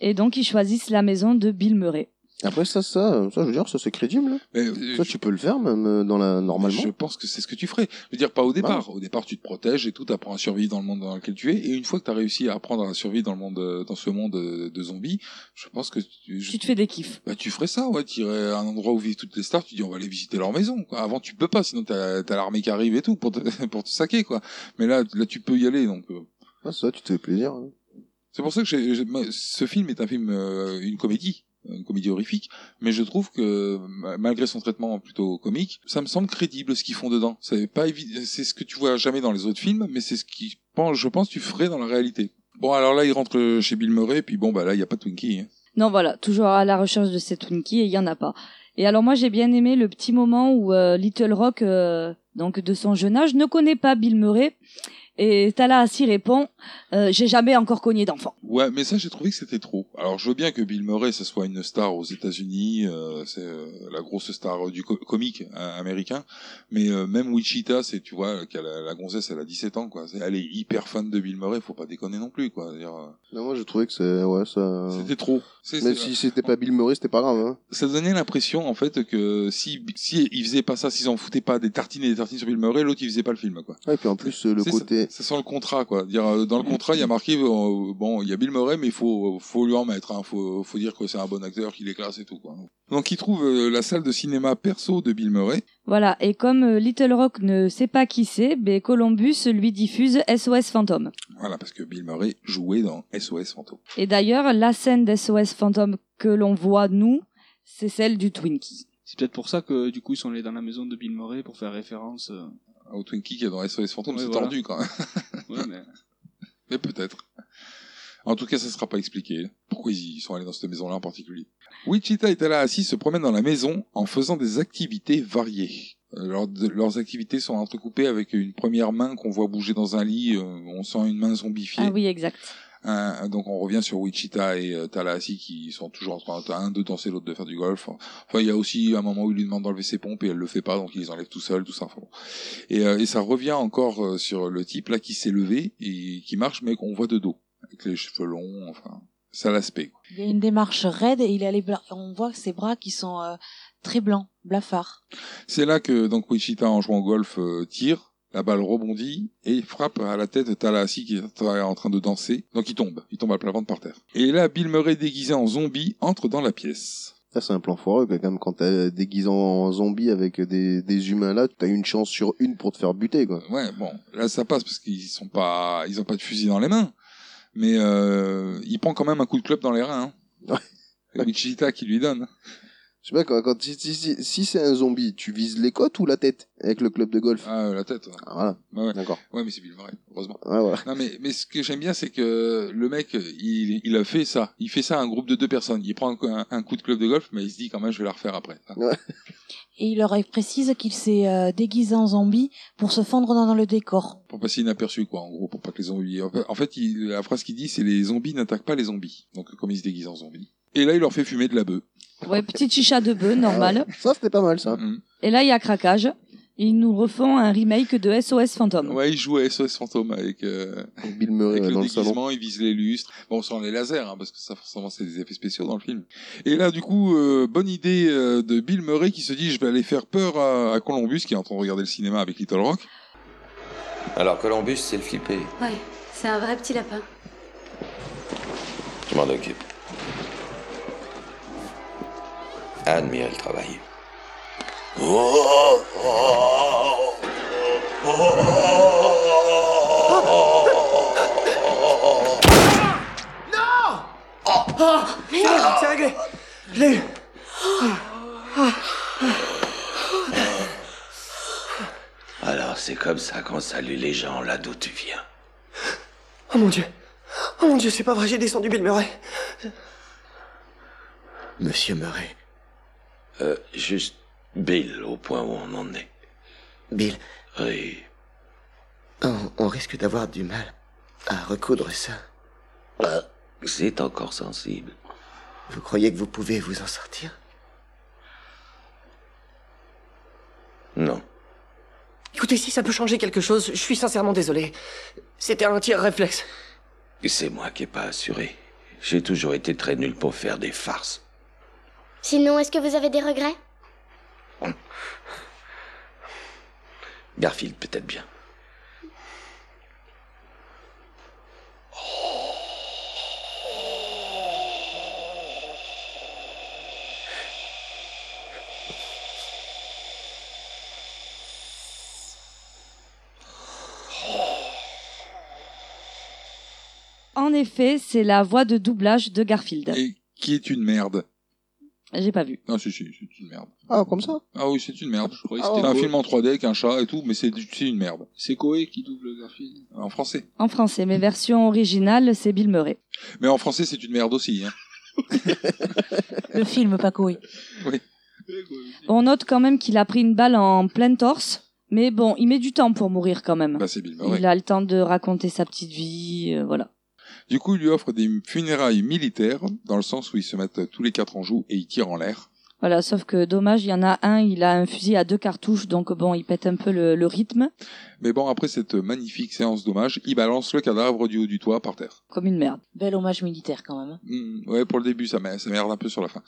Speaker 7: Et donc ils choisissent la maison de Bill Murray.
Speaker 9: Après, ça, ça, ça, je veux dire, ça, c'est crédible. hein.
Speaker 6: Mais, euh,
Speaker 9: ça, tu peux le faire, même euh, dans la, normalement.
Speaker 6: Je pense que c'est ce que tu ferais. Je veux dire, pas au départ. Au départ, tu te protèges et tout, apprends à survivre dans le monde dans lequel tu es. Et une fois que tu as réussi à apprendre à survivre dans le monde, euh, dans ce monde euh, de zombies, je pense que tu,
Speaker 7: Tu te fais des kiffs.
Speaker 6: bah, tu ferais ça, ouais. Tu irais à un endroit où vivent toutes les stars, tu dis on va aller visiter leur maison. Quoi. Avant, tu peux pas, sinon t'as as, l'armée qui arrive et tout pour te, pour te saquer, quoi. Mais là, là, tu peux y aller, donc. euh,
Speaker 9: Ah, ça, tu te fais plaisir. hein.
Speaker 6: c'est pour ça que j'ai- j'ai- ma- ce film est un film, euh, une comédie, une comédie horrifique, mais je trouve que ma- malgré son traitement plutôt comique, ça me semble crédible ce qu'ils font dedans. C'est pas évi- c'est ce que tu vois jamais dans les autres films, mais c'est ce qui, pen- je pense, tu ferais dans la réalité. Bon, alors là, il rentre chez Bill Murray, puis bon, bah là, il y a pas de Twinkie. hein.
Speaker 7: Non, voilà, toujours à la recherche de ces Twinkies et il y en a pas. Et alors moi j'ai bien aimé le petit moment où euh, Little Rock, euh, donc de son jeune âge, ne connaît pas Bill Murray. Et Tala Assi répond euh, J'ai jamais encore cogné d'enfant.
Speaker 6: Ouais, mais ça, j'ai trouvé que c'était trop. Alors, je veux bien que Bill Murray, ce soit une star aux États-Unis, euh, c'est euh, la grosse star euh, du co- comique euh, américain, mais euh, même Wichita, c'est, tu vois, qu'elle a- la gonzesse, elle a 17 ans, quoi. C'est- Elle est hyper fan de Bill Murray, faut pas déconner non plus, quoi. C'est-à-dire, euh,
Speaker 9: Non, moi, je trouvais que c'est, ouais, ça.
Speaker 6: C'était trop. C'est-
Speaker 9: Même
Speaker 6: c'est-
Speaker 9: Euh. si c'était pas Bill Murray, c'était pas grave, hein.
Speaker 6: ça donnait l'impression, en fait, que si, si ils faisaient pas ça, s'ils en foutaient pas des tartines et des tartines sur Bill Murray, l'autre, il faisait pas le film, quoi.
Speaker 9: Ah, et puis en plus, euh, le
Speaker 6: C'est
Speaker 9: côté.
Speaker 6: Ça sent le contrat, quoi. Dire, euh, dans le contrat, il y a marqué, euh, bon, il y a Bill Murray, mais il faut, faut lui en mettre. hein. Faut, faut dire que c'est un bon acteur, qu'il est classe et tout. Quoi. Donc, il trouve euh, la salle de cinéma perso de Bill Murray.
Speaker 7: Voilà, et comme euh, Little Rock ne sait pas qui c'est, ben Columbus lui diffuse SOS Fantôme.
Speaker 6: Voilà, parce que Bill Murray jouait dans SOS Fantôme.
Speaker 7: Et d'ailleurs, la scène d'SOS Fantôme que l'on voit, nous, c'est celle du Twinkie.
Speaker 8: C'est peut-être pour ça que du coup ils sont allés dans la maison de Bill Murray pour faire référence. euh.
Speaker 6: Au Twinkie qui est dans SOS Fantôme,
Speaker 8: Ouais,
Speaker 6: c'est
Speaker 8: voilà.
Speaker 6: tordu quand même.
Speaker 8: Ouais, mais
Speaker 6: mais peut-être. En tout cas, ça ne sera pas expliqué. Pourquoi ils y sont allés dans cette maison-là en particulier Wichita et Tala Assis se promènent dans la maison en faisant des activités variées. Euh, leurs- de- leurs activités sont entrecoupées avec une première main qu'on voit bouger dans un lit. euh, on sent une main zombifiée.
Speaker 7: Ah oui, exact.
Speaker 6: Un- Hein, donc on revient sur Wichita et euh, Tallahassee qui sont toujours en train t'as un de danser, l'autre de faire du golf. Enfin, il y a aussi un moment où il lui demande d'enlever ses pompes et elle le fait pas, donc il les enlève tout seul, tout ça. Enfin, bon. et, euh, et ça revient encore euh, sur le type là qui s'est levé et qui marche, mais qu'on voit de dos, avec les cheveux longs, enfin, ça l'aspect. quoi.
Speaker 4: Il y a une démarche raide et il a les bla- on voit que ses bras qui sont euh, très blancs, blafards.
Speaker 6: C'est là que donc Wichita en jouant au golf euh, tire. La balle rebondit et frappe à la tête de Tallahassee qui est en train de danser. Donc il tombe, il tombe à plat ventre par terre. Et là, Bill Murray déguisé en zombie entre dans la pièce.
Speaker 9: Ça, ah, c'est un plan foireux, quoi, quand même, quand t'as déguisé en zombie avec des, des humains là, t'as une chance sur une pour te faire buter, quoi.
Speaker 6: Ouais, bon, là ça passe parce qu'ils sont pas, ils ont pas de fusil dans les mains, mais euh, il prend quand même un coup de club dans les reins. Hein. C'est Wichita qui lui donne.
Speaker 9: Je sais pas, quand, quand- si, si, si, si c'est un zombie, tu vises les côtes ou la tête avec le club de golf
Speaker 6: Ah, euh, la tête. Ouais,
Speaker 9: Ah, voilà.
Speaker 6: Bah ouais.
Speaker 9: D'accord.
Speaker 6: Ouais, mais c'est Bill Murray, heureusement.
Speaker 9: Ouais, voilà.
Speaker 6: Non, mais, mais ce que j'aime bien, c'est que le mec, il, il a fait ça. Il fait ça à un groupe de deux personnes. Il prend un, un coup de club de golf, mais il se dit quand même, je vais la refaire après. Hein.
Speaker 4: Et il leur précise qu'il s'est euh, déguisé en zombie pour se fondre dans, dans le décor.
Speaker 6: Pour passer inaperçu, quoi, en gros, pour pas que les zombies. En fait- En fait, il- la phrase qu'il dit, c'est les zombies n'attaquent pas les zombies. Donc, comme il se déguise en zombie. Et là, il leur fait fumer de la bœuf.
Speaker 7: Ouais, petite chicha de
Speaker 6: Ah.
Speaker 7: bœuf, normal.
Speaker 9: Ah, Ça, c'était pas mal, ça.
Speaker 7: Et là, il y a craquage. Ils nous refont un remake de SOS Fantôme.
Speaker 6: Ouais, il joue à SOS Fantôme avec, euh,
Speaker 9: Bill Murray
Speaker 6: avec
Speaker 9: ouais,
Speaker 6: le
Speaker 9: dans le salon.
Speaker 6: déguisement, il vise les lustres. Bon, sans les lasers, hein, parce que ça, forcément, c'est des effets spéciaux dans le film. Et là, du coup, euh, bonne idée euh, de Bill Murray qui se dit je vais aller faire peur à, à Columbus, qui est en train de regarder le cinéma avec Little Rock.
Speaker 12: Alors Columbus, c'est le flippé.
Speaker 13: Ouais, c'est un vrai petit lapin.
Speaker 12: Je m'en occupe. Admire le travail.
Speaker 11: Oh, merde C'est réglé Je l'ai eu
Speaker 12: Alors c'est comme ça qu'on salue les gens là d'où tu viens.
Speaker 11: Oh mon dieu Oh mon dieu, c'est pas vrai, j'ai descendu Bill Murray
Speaker 12: Monsieur Murray. Euh, juste Bill, au point où on en est.
Speaker 10: Bill,
Speaker 12: Oui.
Speaker 10: on, Oh, on risque d'avoir du mal à recoudre ça.
Speaker 12: Bah, C'est encore sensible.
Speaker 10: Vous croyez que vous pouvez vous en sortir
Speaker 12: Non.
Speaker 11: Écoutez, si ça peut changer quelque chose, je suis sincèrement désolé. C'était un tir réflexe.
Speaker 12: C'est moi qui ai pas assuré. J'ai toujours été très nul pour faire des farces.
Speaker 14: Sinon, est-ce que vous avez des regrets
Speaker 12: Garfield, peut-être bien.
Speaker 7: En effet, c'est la voix de doublage de Garfield.
Speaker 6: Et qui est une merde.
Speaker 7: J'ai pas vu.
Speaker 6: Non, si, si, c'est une merde.
Speaker 9: Ah, comme ça
Speaker 6: Ah oui, c'est une merde. Je croyais
Speaker 9: que
Speaker 6: c'était
Speaker 9: c'était
Speaker 6: un
Speaker 9: Koé.
Speaker 6: film en 3D avec un chat et tout, mais c'est c'est une merde.
Speaker 8: C'est Koé qui double Garfield.
Speaker 6: En français.
Speaker 7: En français, mais version originale, c'est Bill Murray.
Speaker 6: Mais en français, c'est une merde aussi. Hein.
Speaker 4: Le film, pas Koé.
Speaker 6: Oui.
Speaker 7: On note quand même qu'il a pris une balle en plein torse, mais bon, il met du temps pour mourir quand même.
Speaker 6: Bah, c'est Bill Murray.
Speaker 7: Il a le temps de raconter sa petite vie, euh, voilà.
Speaker 6: Du coup, il lui offre des funérailles militaires, dans le sens où ils se mettent tous les quatre en joue et ils tirent en l'air.
Speaker 7: Voilà, sauf que dommage, il y en a un, il a un fusil à deux cartouches, donc bon, il pète un peu le, le rythme,
Speaker 6: Mais bon, après cette magnifique séance d'hommage, il balance le cadavre du haut du toit par terre.
Speaker 7: comme une merde.
Speaker 4: Bel hommage militaire quand même.
Speaker 6: Hmm, ouais, pour le début, ça m'a- ça merde un peu sur la fin.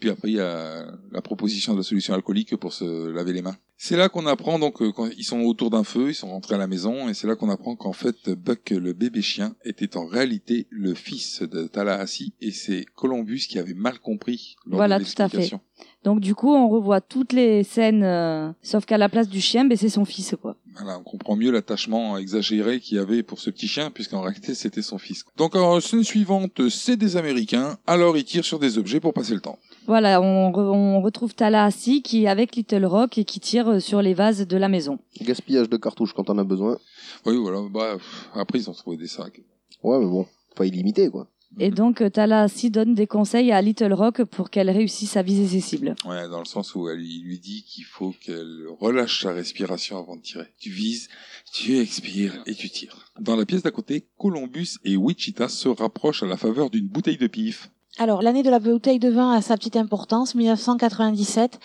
Speaker 6: Puis après, il y a la proposition de la solution alcoolique pour se laver les mains. C'est là qu'on apprend, donc, euh, quand ils sont autour d'un feu, ils sont rentrés à la maison, et c'est là qu'on apprend qu'en fait, Buck, le bébé chien, était en réalité le fils de Tallahassee, et c'est Columbus qui avait mal compris lors
Speaker 7: Voilà,
Speaker 6: de
Speaker 7: tout à fait.
Speaker 6: l'explication.
Speaker 7: Donc du coup, on revoit toutes les scènes, euh, sauf qu'à la place du chien, ben, c'est son fils, quoi.
Speaker 6: Voilà, on comprend mieux l'attachement exagéré qu'il y avait pour ce petit chien, puisqu'en réalité, c'était son fils. Donc, en scène suivante, c'est des Américains, alors ils tirent sur des objets pour passer le temps.
Speaker 7: Voilà, on, re- on retrouve Tallahassee qui est avec Little Rock et qui tire euh, sur les vases de la maison.
Speaker 9: Gaspillage de cartouches quand on a besoin.
Speaker 6: Oui, voilà, bah, pff, après, ils ont trouvé des sacs. Mm.
Speaker 9: Ouais, mais bon, pas illimité, quoi.
Speaker 6: Mhm.
Speaker 7: Et donc euh, Tallahassee donne des conseils à Little Rock pour qu'elle réussisse à viser ses cibles.
Speaker 6: Ouais, dans le sens où elle il lui dit qu'il faut qu'elle relâche sa respiration avant de tirer. Tu vises, tu expires et tu tires. Dans la pièce d'à côté, Columbus et Wichita se rapprochent à la faveur d'une bouteille de pif.
Speaker 4: Alors, l'année de la bouteille de vin a sa petite importance, 1997.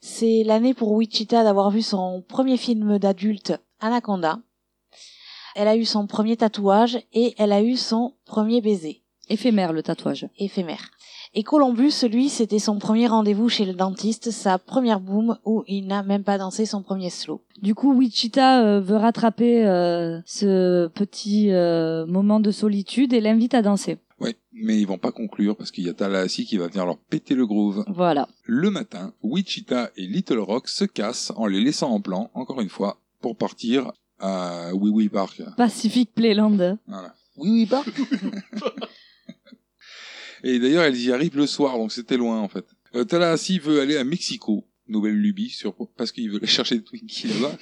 Speaker 4: C'est l'année pour Wichita d'avoir vu son premier film d'adulte, Anaconda. Elle a eu son premier tatouage et elle a eu son premier baiser.
Speaker 7: Éphémère le tatouage.
Speaker 4: Éphémère. Et Columbus, lui, c'était son premier rendez-vous chez le dentiste, sa première boom où il n'a même pas dansé son premier slow.
Speaker 7: Du coup, Wichita euh, veut rattraper euh, ce petit euh, moment de solitude et l'invite à danser.
Speaker 6: Ouais, mais ils vont pas conclure parce qu'il y a Tallahassee qui va venir leur péter le groove.
Speaker 7: Voilà.
Speaker 6: Le matin, Wichita et Little Rock se cassent en les laissant en plan, encore une fois, pour partir à Wee Wee Park.
Speaker 7: Pacific Playland.
Speaker 6: Voilà.
Speaker 9: Oui, oui, pas.
Speaker 6: Et d'ailleurs, elles y arrivent le soir, donc c'était loin en fait. Euh, Tallahassee veut aller à Mexico, nouvelle lubie, sur... parce qu'il veut aller chercher des Twinkies là-bas.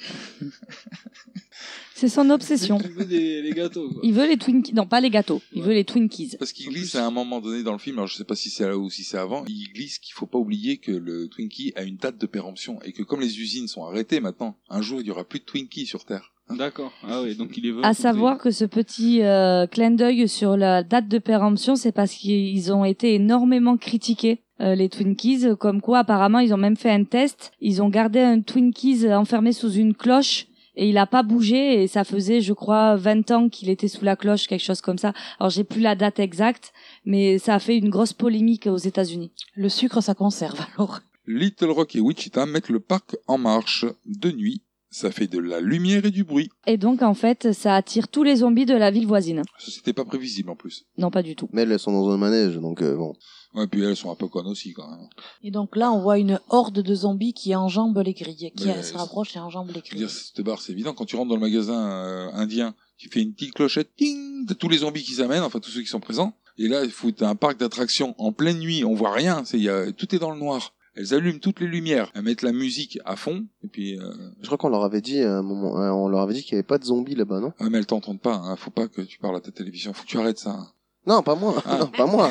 Speaker 7: C'est son obsession.
Speaker 8: Il veut des, les gâteaux, quoi.
Speaker 7: Il veut les Twinkies. Non, pas les gâteaux. Il veut les Twinkies.
Speaker 6: Parce qu'il glisse à un moment donné dans le film, alors je sais pas si c'est là ou si c'est avant, il glisse qu'il faut pas oublier que le Twinkie a une date de péremption et que comme les usines sont arrêtées maintenant, un jour il y aura plus de Twinkies sur Terre.
Speaker 8: D'accord. Ah oui, donc il est veut.
Speaker 7: À savoir que ce petit euh, clin d'œil sur la date de péremption, c'est parce qu'ils ont été énormément critiqués. euh, les Twinkies, euh, comme quoi apparemment ils ont même fait un test, ils ont gardé un Twinkies euh, enfermé sous une cloche et il a pas bougé et ça faisait je crois 20 ans qu'il était sous la cloche, quelque chose comme ça. Alors j'ai plus la date exacte, mais ça a fait une grosse polémique aux États-Unis.
Speaker 4: Le sucre ça conserve alors.
Speaker 6: Little Rock et Wichita mettent le parc en marche de nuit. Ça fait de la lumière et du bruit.
Speaker 7: Et donc en fait ça attire tous les zombies de la ville voisine.
Speaker 6: Ça, C'était pas prévisible en plus.
Speaker 7: Non pas du tout.
Speaker 9: Mais elles elles sont dans un manège, donc euh, bon.
Speaker 6: Ouais, puis elles sont un peu connes aussi quand même.
Speaker 4: Et donc là, on voit une horde de zombies qui enjambe les grilles, qui
Speaker 6: Ouais,
Speaker 4: se
Speaker 6: c'est-
Speaker 4: rapproche et enjambe les
Speaker 6: Je veux
Speaker 4: grilles.
Speaker 6: dire, cette barre, c'est évident. Quand tu rentres dans le magasin euh, indien, tu fais une petite clochette, ting, t'as tous les zombies qui s'amènent, enfin tous ceux qui sont présents. Et là, il faut t'as un parc d'attractions en pleine nuit, on voit rien, c'est, il y a- tout est dans le noir. Elles allument toutes les lumières, elles mettent la musique à fond, et puis euh,
Speaker 9: Je crois qu'on leur avait dit à un moment, euh, on leur avait dit qu'il n'y avait pas de zombies là-bas, non
Speaker 6: ah, mais elles t'entendent pas. Hein, faut pas que tu parles à ta télévision, faut que tu arrêtes ça. hein.
Speaker 9: Non, pas moi,
Speaker 6: Ah.
Speaker 9: non, pas moi,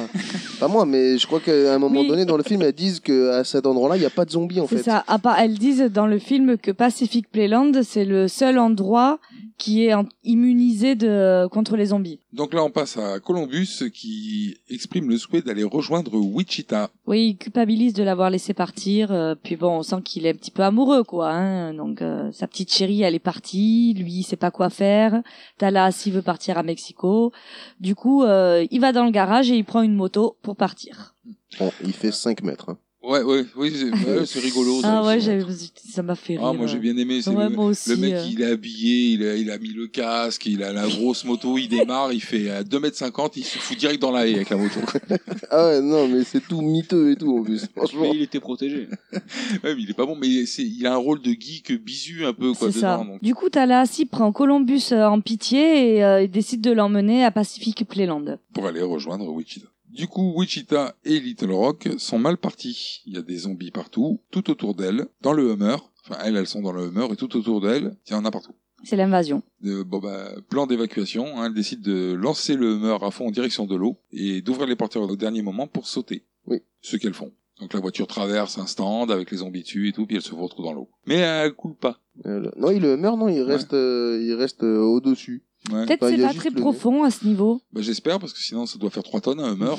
Speaker 9: pas moi. Mais je crois qu'à un moment
Speaker 7: Oui.
Speaker 9: donné dans le film, elles disent que à cet endroit-là, il n'y a pas de zombies en
Speaker 7: C'est
Speaker 9: fait.
Speaker 7: ça. À part, elles disent dans le film que Pacific Playland, c'est le seul endroit qui est en- immunisé de, contre les zombies.
Speaker 6: Donc là, on passe à Columbus qui exprime le souhait d'aller rejoindre Wichita.
Speaker 7: Oui, il culpabilise de l'avoir laissé partir. euh, puis bon, on sent qu'il est un petit peu amoureux, quoi. hein. Donc euh, sa petite chérie, elle est partie. Lui, il sait pas quoi faire. Tallahassee veut partir à Mexico. Du coup, euh, il va dans le garage et il prend une moto pour partir.
Speaker 9: Bon, il fait 5 mètres. hein.
Speaker 6: Ouais, ouais, oui, j'ai- ouais, c'est rigolo.
Speaker 7: Ah
Speaker 6: ça.
Speaker 7: ouais, j'avais- ça m'a fait rire.
Speaker 6: Ah, moi j'ai bien aimé. c'est
Speaker 7: Ouais,
Speaker 6: le,
Speaker 7: moi aussi,
Speaker 6: le mec,
Speaker 7: euh.
Speaker 6: il est habillé, il a, il a mis le casque, il a la grosse moto, il démarre, il fait à 2m50, il se fout direct dans la haie avec la moto.
Speaker 9: Ah ouais, non, mais c'est tout miteux et tout en plus. Franchement.
Speaker 6: Mais il était protégé. ouais, mais il est pas bon, mais c'est- il a un rôle de geek bisu un peu, quoi,
Speaker 7: C'est ça.
Speaker 6: dedans. donc.
Speaker 7: Du coup, Talas, il prend Columbus euh, en pitié et euh, il décide de l'emmener à Pacific Playland.
Speaker 6: pour aller rejoindre Wichita. Du coup, Wichita et Little Rock sont mal partis. Il y a des zombies partout, tout autour d'elle, dans le Hummer. Enfin, elles, elles sont dans le Hummer et tout autour d'elle, il y en a partout.
Speaker 7: C'est l'invasion.
Speaker 6: Euh, bon bah, plan d'évacuation, hein, elle décide de lancer le Hummer à fond en direction de l'eau et d'ouvrir les portières au dernier moment pour sauter.
Speaker 9: Oui.
Speaker 6: Ce qu'elles font. Donc la voiture traverse un stand avec les zombies dessus et tout, puis elle se retrouve dans l'eau. Mais elle coule pas.
Speaker 9: Euh, le- non, il meurt, non, il reste, euh, il reste euh, au-dessus.
Speaker 6: Ouais.
Speaker 7: Peut-être
Speaker 9: Bah, il
Speaker 7: c'est
Speaker 9: y a
Speaker 7: pas
Speaker 9: juste
Speaker 7: très
Speaker 9: le nez.
Speaker 7: profond à ce niveau.
Speaker 6: Bah, J'espère, parce que sinon ça doit faire 3 tonnes, un humeur.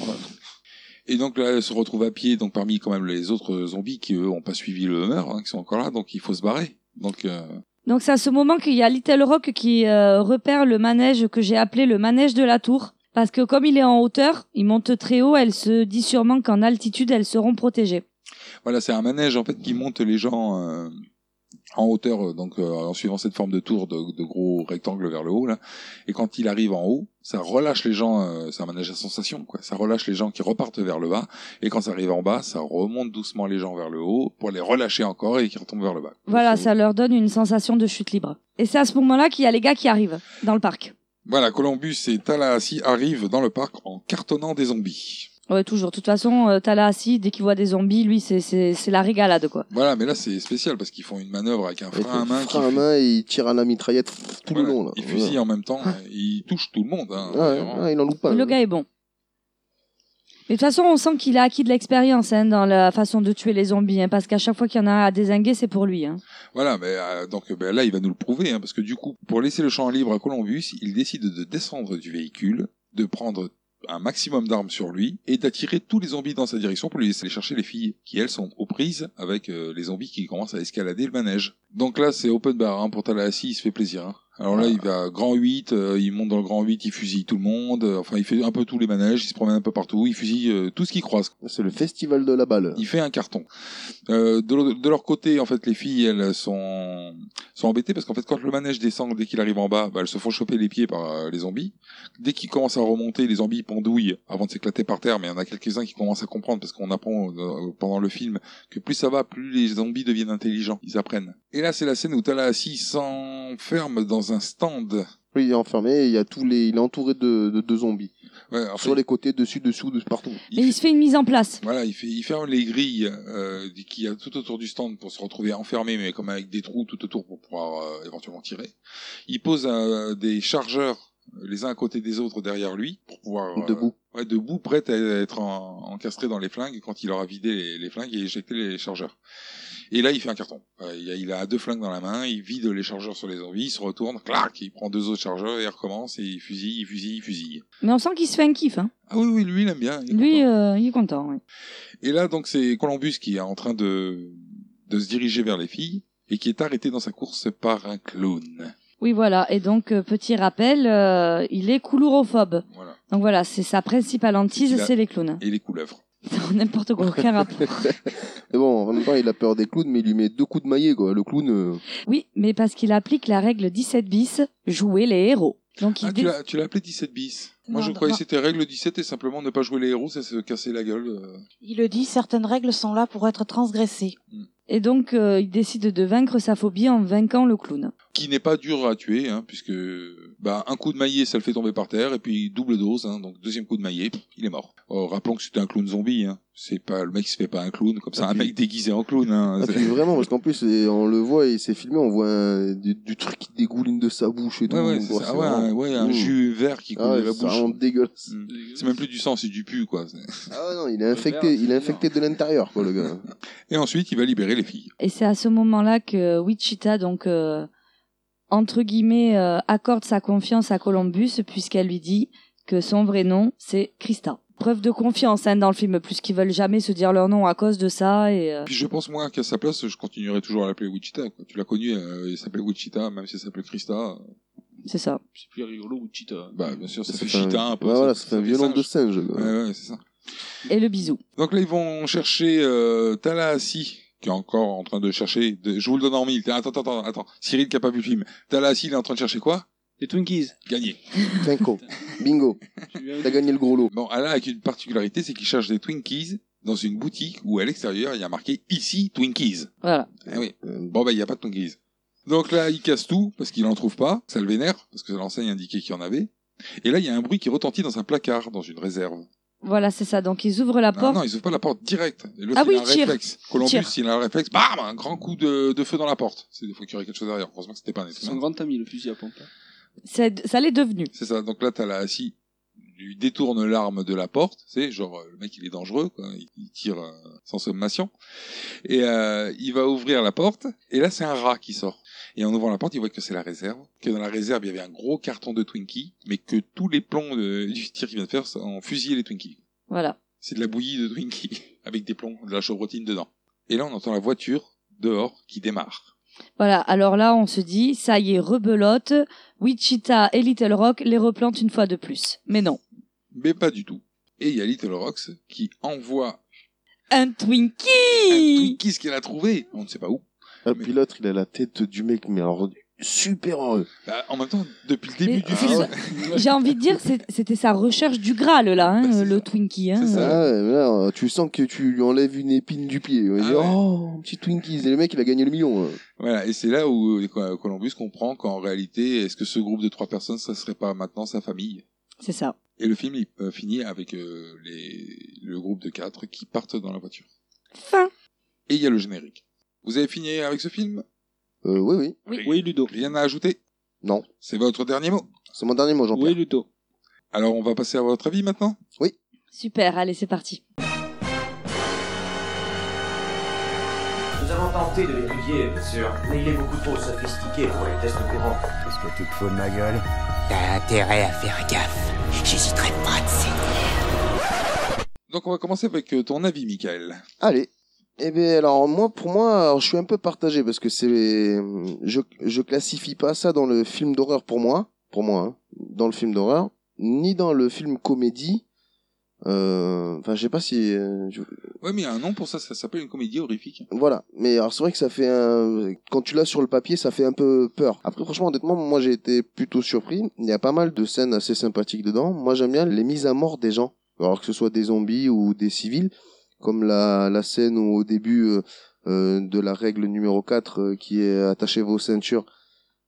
Speaker 6: Et donc là, elle se retrouve à pied, donc parmi quand même les autres zombies qui, eux, ont pas suivi le humeur, hein, qui sont encore là, donc il faut se barrer. Donc, euh,
Speaker 7: Donc c'est à ce moment qu'il y a Little Rock qui euh, repère le manège que j'ai appelé le manège de la tour. Parce que comme il est en hauteur, il monte très haut, elle se dit sûrement qu'en altitude, elles seront protégées.
Speaker 6: voilà, c'est un manège en fait qui monte les gens euh, en hauteur, euh, donc euh, en suivant cette forme de tour de, de gros rectangle vers le haut, là. Et quand il arrive en haut, ça relâche les gens, euh, c'est un manège à sensation, quoi. Ça relâche les gens qui repartent vers le bas, et quand ça arrive en bas, ça remonte doucement les gens vers le haut pour les relâcher encore et qui retombent vers le bas.
Speaker 7: Voilà, ça leur donne une sensation de chute libre. Et c'est à ce moment-là qu'il y a les gars qui arrivent dans le parc.
Speaker 6: Voilà, Columbus et Tallahassee arrivent dans le parc en cartonnant des zombies.
Speaker 7: Ouais, toujours. De toute façon, euh, Tallahassee, dès qu'il voit des zombies, lui, c'est- c'est c'est la régalade, quoi.
Speaker 6: Voilà, mais là c'est spécial parce qu'ils font une manœuvre avec un frein à main, qui
Speaker 9: Frein à main et il tire à la mitraillette tout le long. Là.
Speaker 6: ils fusillent en même temps, et ils touchent tout le monde. hein,
Speaker 9: Ouais,
Speaker 6: vraiment.
Speaker 9: ouais, il en loupe pas. hein.
Speaker 6: hein.
Speaker 7: Le gars est bon. Mais de toute façon, on sent qu'il a acquis de l'expérience hein, dans la façon de tuer les zombies, hein, parce qu'à chaque fois qu'il y en a à désinguer, c'est pour lui. Hein.
Speaker 6: Voilà, mais euh, donc ben, là il va nous le prouver hein, parce que du coup, pour laisser le champ libre à Columbus, il décide de descendre du véhicule, de prendre un maximum d'armes sur lui et d'attirer tous les zombies dans sa direction pour lui laisser aller chercher les filles qui elles sont aux prises avec euh, les zombies qui commencent à escalader le manège. Donc là c'est open bar hein, pour Tallahassee, il se fait plaisir. hein. Alors là il va grand 8, euh, il monte dans le grand 8, il fusille tout le monde, euh, enfin il fait un peu tous les manèges, il se promène un peu partout, il fusille euh, tout ce qu'il croise.
Speaker 9: C'est le festival de la balle.
Speaker 6: Il fait un carton. Euh, de, l'au- de leur côté, en fait, les filles, elles sont, sont embêtées parce qu'en fait, quand le manège descend, dès qu'il arrive en bas, bah, elles se font choper les pieds par euh, les zombies. Dès qu'ils commencent à remonter, les zombies pendouillent avant de s'éclater par terre, mais il y en a quelques-uns qui commencent à comprendre parce qu'on apprend euh, pendant le film que plus ça va, plus les zombies deviennent intelligents. Ils apprennent. Et là, c'est la scène où Tallahassee s'enferme dans un stand.
Speaker 9: Oui, il est enfermé, il, y a tous les... il est entouré de, de, de zombies.
Speaker 6: Ouais, en fait,
Speaker 9: Sur les côtés, dessus, dessous, de partout.
Speaker 7: Mais il se fait une mise en place.
Speaker 6: Voilà, il, fait, il ferme les grilles euh, qu'il y a tout autour du stand pour se retrouver enfermé, mais comme avec des trous tout autour pour pouvoir euh, éventuellement tirer. Il pose euh, des chargeurs euh, les uns à côté des autres derrière lui pour pouvoir euh,
Speaker 9: Debout.
Speaker 6: ouais, debout, prêt à être en- encastré dans les flingues quand il aura vidé les, les flingues et éjecté les chargeurs. Et là, il fait un carton. Euh, il, a, il a deux flingues dans la main, il vide les chargeurs sur les zombies, il se retourne, clac, il prend deux autres chargeurs et il recommence et il fusille, il fusille, il fusille.
Speaker 7: Mais on sent qu'il se fait un kiff. Hein.
Speaker 6: Ah oui, oui, lui, il aime bien. il est
Speaker 7: Lui, euh, il est content. ouais.
Speaker 6: et là, donc, c'est Columbus qui est en train de, de se diriger vers les filles et qui est arrêté dans sa course par un clown.
Speaker 7: Oui, voilà. Et donc, euh, petit rappel, euh, il est coulourophobe.
Speaker 6: Voilà.
Speaker 7: Donc voilà, c'est sa principale hantise,
Speaker 6: Il a-
Speaker 7: c'est les clowns. hein.
Speaker 6: Et les couleuvres.
Speaker 7: N'importe quoi, aucun rapport.
Speaker 9: Mais bon, en même temps, il a peur des clowns, mais il lui met deux coups de maillet, quoi. Le clown. euh,
Speaker 7: Oui, mais parce qu'il applique la règle 17 bis, jouer les héros. Donc il
Speaker 6: Ah,
Speaker 7: dé-
Speaker 6: tu l'as- tu l'as appelé 17 bis. Moi,
Speaker 7: Non,
Speaker 6: je
Speaker 7: non,
Speaker 6: croyais
Speaker 7: non.
Speaker 6: que c'était règle 17 et simplement ne pas jouer les héros, c'est se casser la gueule. euh.
Speaker 4: Il le dit, certaines règles sont là pour être transgressées.
Speaker 7: Et donc, euh, il décide de vaincre sa phobie en vainquant le clown.
Speaker 6: Qui n'est pas dur à tuer, hein, puisque bah, un coup de maillet, ça le fait tomber par terre, et puis double dose, hein, donc deuxième coup de maillet, pff, il est mort. Oh, rappelons que c'était un clown zombie, hein. c'est pas le mec qui se fait pas un clown comme ça, un mec déguisé en clown. Hein,
Speaker 9: Ah,
Speaker 6: C'est-
Speaker 9: puis vraiment, parce qu'en plus, et on le voit, il s'est filmé, on voit un- du, du truc qui dégouline de sa bouche et tout.
Speaker 6: Ouais, ouais, c'est
Speaker 9: quoi,
Speaker 6: ça.
Speaker 9: c'est
Speaker 6: Ah ouais,
Speaker 9: vraiment-
Speaker 6: un- ouais, un
Speaker 9: Mmh.
Speaker 6: jus vert qui coule
Speaker 9: Ah ouais,
Speaker 6: de la
Speaker 9: c'est vraiment
Speaker 6: bouche.
Speaker 9: dégueulasse.
Speaker 6: Mm. C'est même plus du sang, c'est du pu, quoi. C'est-
Speaker 9: Ah ouais, non, il est infecté, il est infecté de l'intérieur, quoi, le gars.
Speaker 6: Et ensuite, il va libérer les filles.
Speaker 7: Et c'est à ce moment-là que Wichita, donc, euh, entre guillemets, euh, accorde sa confiance à Columbus, puisqu'elle lui dit que son vrai nom, c'est Christa. Preuve de confiance hein, dans le film, puisqu'ils veulent jamais se dire leur nom à cause de ça. Et, euh,
Speaker 6: Puis je pense, moi, qu'à sa place, je continuerai toujours à l'appeler Wichita. Quoi. Tu l'as connu, euh, il s'appelle Wichita, même si elle s'appelle Christa.
Speaker 7: C'est ça.
Speaker 8: C'est plus rigolo euh, ou Cheetah.
Speaker 6: Bah, bien sûr, ça
Speaker 9: C'est
Speaker 6: fait
Speaker 9: un-
Speaker 6: chita un peu.
Speaker 9: ouais,
Speaker 6: ça-
Speaker 9: voilà,
Speaker 6: ça
Speaker 9: c'est un
Speaker 6: fait
Speaker 9: violent
Speaker 6: singe.
Speaker 9: de singe.
Speaker 6: Ouais, ouais, c'est ça.
Speaker 7: Et le bisou.
Speaker 6: Donc là, ils vont chercher euh, Tallahassee, qui est encore en train de chercher. de- Je vous le donne en mille. Attends, attends, attends, attends. Cyril qui a pas vu le film. Tallahassee, il est en train de chercher quoi
Speaker 8: Les Twinkies.
Speaker 6: Gagné.
Speaker 9: Cinco. Bingo. T'as gagné le gros lot.
Speaker 6: Bon, elle a avec une particularité, c'est qu'il cherche des Twinkies dans une boutique où à l'extérieur, il y a marqué ici Twinkies.
Speaker 7: Voilà.
Speaker 6: Eh oui. Bon, bah, il n'y a pas de Twinkies. Donc là, il casse tout parce qu'il n'en trouve pas. Ça le vénère parce que l'enseigne indiquait qu'il y en avait. Et là, il y a un bruit qui retentit dans un placard, dans une réserve.
Speaker 7: Voilà, c'est ça. Donc ils ouvrent la
Speaker 6: Ah
Speaker 7: porte.
Speaker 6: non, ils ouvrent pas la porte direct. Et l'autre,
Speaker 7: Ah
Speaker 6: il
Speaker 7: oui,
Speaker 6: a un
Speaker 7: tire.
Speaker 6: réflexe. Columbus,
Speaker 7: Tire.
Speaker 6: il a un réflexe. Bam Un grand coup de, de feu dans la porte. C'est des fois qu'il y aurait quelque chose derrière. Heureusement que c'était pas un
Speaker 8: C'est son grand ami, le fusil à pompe.
Speaker 7: C'est- Ça l'est devenu.
Speaker 6: C'est ça. Donc là, t'as la assis lui détourne l'arme de la porte, c'est genre euh, le mec il est dangereux quoi, il, il tire euh, sans sommation et euh, il va ouvrir la porte et là c'est un rat qui sort et en ouvrant la porte il voit que c'est la réserve, que dans la réserve il y avait un gros carton de Twinkie mais que tous les plombs de- du tir qu'il vient de faire ont fusillé les Twinkies.
Speaker 7: Voilà.
Speaker 6: C'est de la bouillie de Twinkie avec des plombs, de la chevrotine dedans. Et là on entend la voiture dehors qui démarre.
Speaker 7: Voilà, alors là, on se dit, ça y est, rebelote, Wichita et Little Rock les replantent une fois de plus. Mais non.
Speaker 6: Mais pas du tout. Et il y a Little Rox qui envoie
Speaker 7: Un Twinkie
Speaker 6: Qui ce qu'elle a trouvé On ne sait pas où.
Speaker 9: Ah, puis l'autre, il a la tête du mec, mais alors super heureux.
Speaker 6: Bah, en même temps, depuis le début
Speaker 7: du film. J'ai envie de dire, c'est- c'était sa recherche du Graal, là, hein, le Twinkie. hein.
Speaker 9: Ah ouais, mais là, tu sens que tu lui enlèves une épine du pied. Il va dire, Oh, un petit Twinkies. Et le mec, il a gagné le million. hein.
Speaker 6: Voilà, et c'est là où euh, Columbus comprend qu'en réalité, est-ce que ce groupe de trois personnes, ça serait pas maintenant sa famille
Speaker 7: C'est ça.
Speaker 6: Et le film il, euh, finit avec euh, les, le groupe de quatre qui partent dans la voiture.
Speaker 7: Fin.
Speaker 6: Et il y a le générique. Vous avez fini avec ce film
Speaker 9: Euh, oui, oui.
Speaker 6: oui. Ludo. Rien à ajouter
Speaker 9: Non.
Speaker 6: C'est votre dernier mot
Speaker 9: C'est mon dernier mot, Jean-Pierre.
Speaker 6: Oui, Ludo. Alors, on va passer à votre avis maintenant
Speaker 9: Oui.
Speaker 7: Super, allez, c'est parti.
Speaker 14: Nous avons tenté de l'étudier, bien sûr, mais il est beaucoup trop sophistiqué pour les tests courants. Qu'est-ce que tu te fous de ma gueule
Speaker 5: T'as intérêt à faire gaffe. J'hésiterai pas de
Speaker 6: Donc, on va commencer avec euh, ton avis, Michael.
Speaker 9: Allez. Eh bien, alors moi, pour moi, alors, je suis un peu partagé parce que c'est, je, je classifie pas ça dans le film d'horreur pour moi, pour moi, hein, dans le film d'horreur, ni dans le film comédie. Euh, Enfin, je sais pas si. euh, je-
Speaker 6: Ouais, mais il y a un nom pour ça, ça s'appelle une comédie horrifique.
Speaker 9: Voilà. Mais alors c'est vrai que ça fait un... quand tu l'as sur le papier, ça fait un peu peur. Après franchement honnêtement, moi j'ai été plutôt surpris. Il y a pas mal de scènes assez sympathiques dedans. Moi j'aime bien les mises à mort des gens, alors que ce soit des zombies ou des civils, comme la, la scène où au début euh, euh, de la règle numéro 4 euh, qui est attachez vos ceintures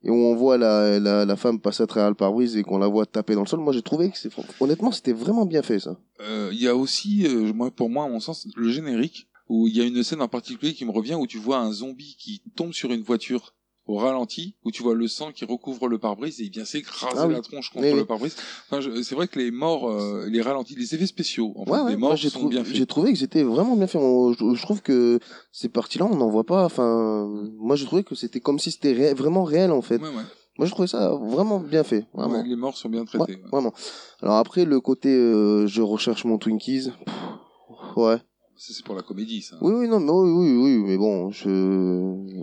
Speaker 9: et où on voit la, la, la femme passer à travers le pare-brise et qu'on la voit taper dans le sol. Moi j'ai trouvé que c'est honnêtement c'était vraiment bien fait ça.
Speaker 6: Euh, il y a aussi, euh, moi, pour moi, à mon sens, le générique, où il y a une scène en particulier qui me revient, où tu vois un zombie qui tombe sur une voiture au ralenti, où tu vois le sang qui recouvre le pare-brise et il vient s'écraser
Speaker 9: Ah oui.
Speaker 6: la tronche contre
Speaker 9: Oui, oui.
Speaker 6: le pare-brise. Enfin, je- c'est vrai que les morts, euh, les ralentis, les effets spéciaux, en fait,
Speaker 9: Ouais, ouais,
Speaker 6: les
Speaker 9: moi,
Speaker 6: morts
Speaker 9: j'ai
Speaker 6: sont
Speaker 9: trouvé,
Speaker 6: bien
Speaker 9: j'ai
Speaker 6: faits.
Speaker 9: trouvé que c'était vraiment bien fait. On- je, je trouve que ces parties-là, on n'en voit pas. Enfin,
Speaker 6: Mm.
Speaker 9: moi, je trouvais que c'était comme si c'était réel- vraiment réel, en fait. Moi, je trouvais ça vraiment bien fait. Vraiment.
Speaker 6: Ouais, les morts sont bien traités.
Speaker 9: Ouais, vraiment. Alors après, le côté euh, je recherche mon Twinkies. pff, ouais.
Speaker 6: Ça, c'est pour la comédie, ça.
Speaker 9: Oui, oui, non, mais oui, oui, oui, mais bon, je.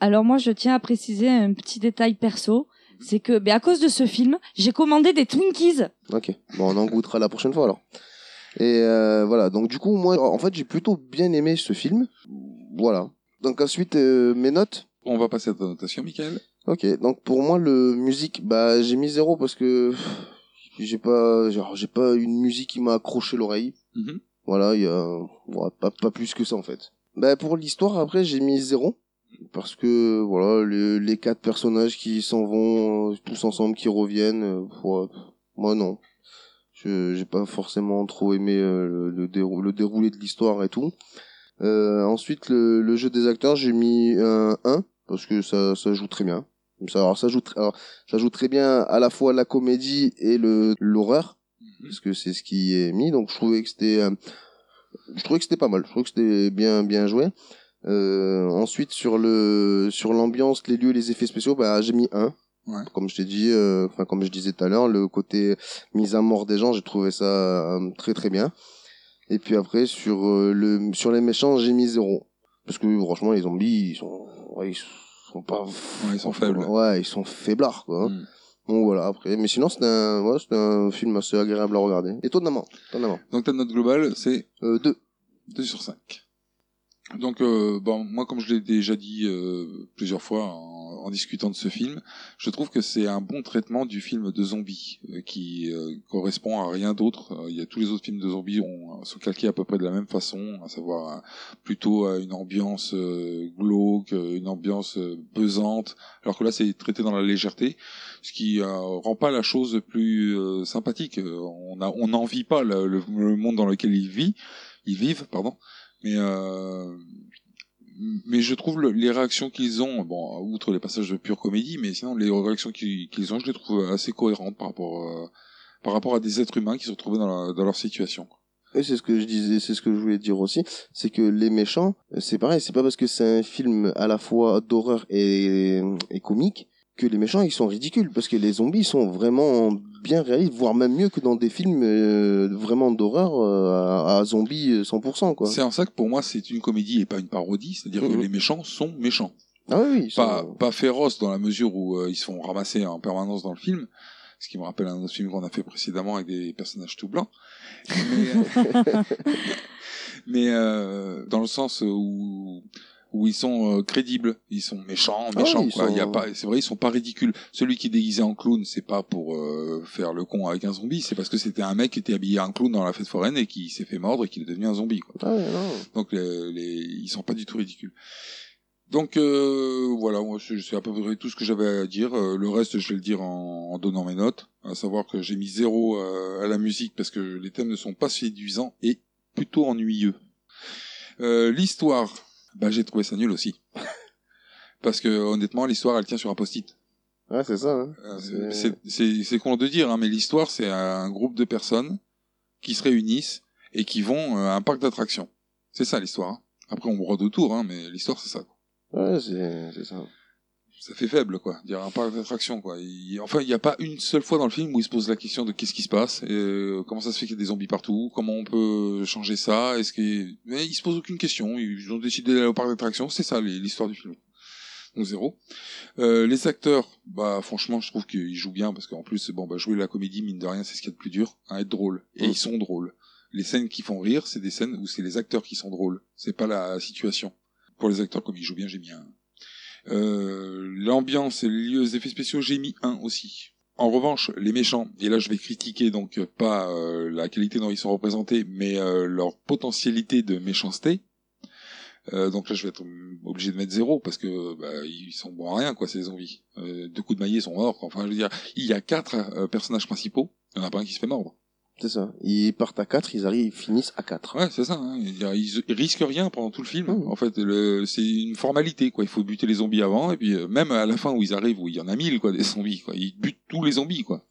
Speaker 7: Alors moi, je tiens à préciser un petit détail perso, c'est que, ben, à cause de ce film, j'ai commandé des Twinkies.
Speaker 9: Ok. Bon, on en goûtera la prochaine fois alors. Et euh, voilà. Donc du coup, moi, en fait, j'ai plutôt bien aimé ce film. Voilà. Donc ensuite, euh, mes notes.
Speaker 6: On va passer à ta notation, Michael.
Speaker 9: Ok, donc pour moi le musique, bah j'ai mis zéro parce que pff, j'ai pas, genre j'ai pas une musique qui m'a accroché l'oreille.
Speaker 6: Mhm.
Speaker 9: Voilà, il y a ouais, pas, pas plus que ça en fait. Bah pour l'histoire après j'ai mis zéro parce que voilà le- les quatre personnages qui s'en vont euh, tous ensemble qui reviennent, euh, ouais, moi non, Je- j'ai pas forcément trop aimé euh, le, le dérou- le déroulé de l'histoire et tout. Euh, ensuite, le, le jeu des acteurs, j'ai mis un 1 parce que ça, ça joue très bien. Comme ça, Alors ça, joue tr- alors, ça joue très bien à la fois la comédie et le l'horreur parce que c'est ce qui est mis. Donc je trouvais que c'était euh, je trouvais que c'était pas mal. Je trouvais que c'était bien bien joué. Euh, ensuite sur le sur l'ambiance, les lieux, les effets spéciaux, bah j'ai mis 1 comme je t'ai dit, euh, enfin comme je disais tout à l'heure, le côté mise à mort des gens, j'ai trouvé ça euh, très très bien. Et puis après sur euh, le sur les méchants, j'ai mis zéro parce que franchement les zombies ils sont ouais, ils sont pas
Speaker 6: ils sont faibles.
Speaker 9: Ouais, ils sont faiblards quoi. Donc voilà, après. Mais sinon, c'était un, ouais, c'était un film assez agréable à regarder. Étonnamment. étonnamment. Euh,
Speaker 6: Donc ta note globale, c'est
Speaker 9: 2.
Speaker 6: 2 sur 5. Donc, euh, bon, moi, comme je l'ai déjà dit euh, plusieurs fois en, en discutant de ce film, je trouve que c'est un bon traitement du film de zombies euh, qui euh, correspond à rien d'autre. Euh, Il y a tous les autres films de zombies ont, euh, sont calqués à peu près de la même façon, à savoir euh, plutôt à une ambiance euh, glauque, euh, une ambiance euh, pesante, alors que là, c'est traité dans la légèreté, ce qui euh, rend pas la chose plus euh, sympathique. Euh, On a, on n'envie pas le, le- le monde dans lequel ils vivent, ils vivent, pardon. Mais euh, mais je trouve le- les réactions qu'ils ont, bon, outre les passages de pure comédie, mais sinon les réactions qui- qu'ils ont, je les trouve assez cohérentes par rapport, euh, par rapport à des êtres humains qui se retrouvent dans, la- dans leur situation.
Speaker 9: Et c'est ce que je disais, c'est ce que je voulais dire aussi, c'est que les méchants, euh, c'est pareil, c'est pas parce que c'est un film à la fois d'horreur et, et comique que les méchants ils sont ridicules, parce que les zombies ils sont vraiment bien réalistes, voire même mieux que dans des films euh, vraiment d'horreur euh, à, à zombies euh, 100% quoi.
Speaker 6: C'est en ça que pour moi c'est une comédie et pas une parodie, c'est-à-dire que les méchants sont méchants.
Speaker 9: Ah oui, oui, ils sont-
Speaker 6: Pas, pas féroces dans la mesure où euh, ils se font ramasser en permanence dans le film, ce qui me rappelle un autre film qu'on a fait précédemment avec des personnages tout blancs. euh, mais euh, dans le sens où où ils sont euh, crédibles, ils sont méchants,
Speaker 9: Ah
Speaker 6: méchants
Speaker 9: oui, ils
Speaker 6: quoi.
Speaker 9: sont-
Speaker 6: Il y a pas, c'est vrai, ils sont pas ridicules. Celui qui est déguisé en clown, c'est pas pour euh, faire le con avec un zombie, c'est parce que c'était un mec qui était habillé en clown dans la fête foraine et qui s'est fait mordre et qui est devenu un zombie. Quoi.
Speaker 9: Ah ouais, non.
Speaker 6: Donc les, les- ils sont pas du tout ridicules. Donc euh, voilà, moi, c'est c'est à peu près tout ce que j'avais à dire. Euh, le reste, je vais le dire en, en donnant mes notes, à savoir que j'ai mis zéro euh, à la musique parce que les thèmes ne sont pas séduisants et plutôt ennuyeux. Euh, l'histoire, bah, j'ai trouvé ça nul aussi. Parce que honnêtement, l'histoire, elle tient sur un post-it.
Speaker 9: Ouais, c'est ça. hein.
Speaker 6: Euh,
Speaker 9: C'est-
Speaker 6: c'est- C'est c'est con de dire, hein, mais l'histoire, c'est un groupe de personnes qui se réunissent et qui vont euh, à un parc d'attractions. C'est ça l'histoire. hein. Après, on brode autour, hein, mais l'histoire, c'est ça.
Speaker 9: Ouais, c'est c'est ça.
Speaker 6: Ça fait faible, quoi. Dire un parc d'attractions, quoi. Il- Enfin, il n'y a pas une seule fois dans le film où il se pose la question de qu'est-ce qui se passe, et, euh, comment ça se fait qu'il y a des zombies partout, comment on peut changer ça, est-ce que. Mais ils se posent aucune question. Ils ont décidé d'aller au parc d'attractions. C'est ça les- l'histoire du film. Donc zéro. Euh, les acteurs, bah franchement, je trouve qu'ils jouent bien parce qu'en plus, bon, bah jouer la comédie mine de rien, c'est ce qu'il y a de plus dur, hein, être drôle. Et ils sont drôles. Les scènes qui font rire, c'est des scènes où c'est les acteurs qui sont drôles. C'est pas la situation. Pour les acteurs, comme ils jouent bien, j'ai mis un. Euh, L'ambiance et les lieux, les effets spéciaux, j'ai mis un aussi. En revanche, les méchants, et là je vais critiquer donc euh, pas euh, la qualité dont ils sont représentés, mais euh, leur potentialité de méchanceté, euh, donc là, je vais être hum, obligé de mettre zéro parce que bah, ils sont bons à rien, quoi, ces zombies. Euh, deux coups de maillet, ils sont morts. quoi. Enfin, je veux dire, il y a quatre euh, personnages principaux. Il n'y en a pas un qui se fait mordre.
Speaker 9: C'est ça. Ils partent à 4, ils arrivent, ils finissent à 4.
Speaker 6: Ouais, c'est ça. hein. Je veux dire, Ils, ils risquent rien pendant tout le film. En fait, le- c'est une formalité, quoi. Il faut buter les zombies avant, et puis euh, même à la fin où ils arrivent, où il y en a mille, quoi, des zombies, quoi. Ils butent tous les zombies, quoi.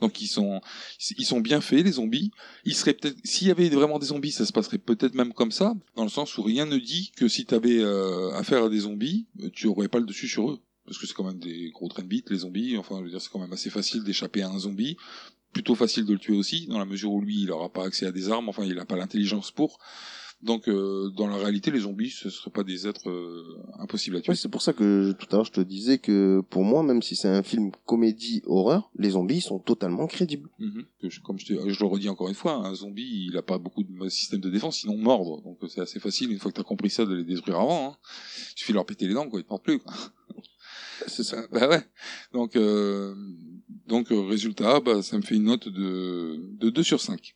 Speaker 6: Donc ils sont, ils sont bien faits les zombies. Ils seraient peut-être, s'il y avait vraiment des zombies, ça se passerait peut-être même comme ça, dans le sens où rien ne dit que si t'avais euh, affaire à des zombies, euh, tu aurais pas le dessus sur eux, parce que c'est quand même des gros train beat les zombies. Enfin, je veux dire, c'est quand même assez facile d'échapper à un zombie, plutôt facile de le tuer aussi, dans la mesure où lui, il aura pas accès à des armes. Enfin, il n'a pas l'intelligence pour. Donc, euh, dans la réalité, les zombies, ce seraient pas des êtres euh, impossibles à tuer.
Speaker 9: Ouais, c'est pour ça que je- tout à l'heure je te disais que pour moi, même si c'est un film comédie horreur, les zombies ils sont totalement crédibles.
Speaker 6: Mhm. Que je- comme je, te- je le redis encore une fois, un zombie, il a pas beaucoup de système de défense, sinon mordre. Donc euh, c'est assez facile, une fois que t'as compris ça, de les détruire avant. Hein. Il suffit de leur péter les dents, quoi, ils te mordent plus. quoi.
Speaker 9: C'est ça.
Speaker 6: Bah ouais. Donc, euh, donc euh, résultat, bah, ça me fait une note de, de 2 sur 5.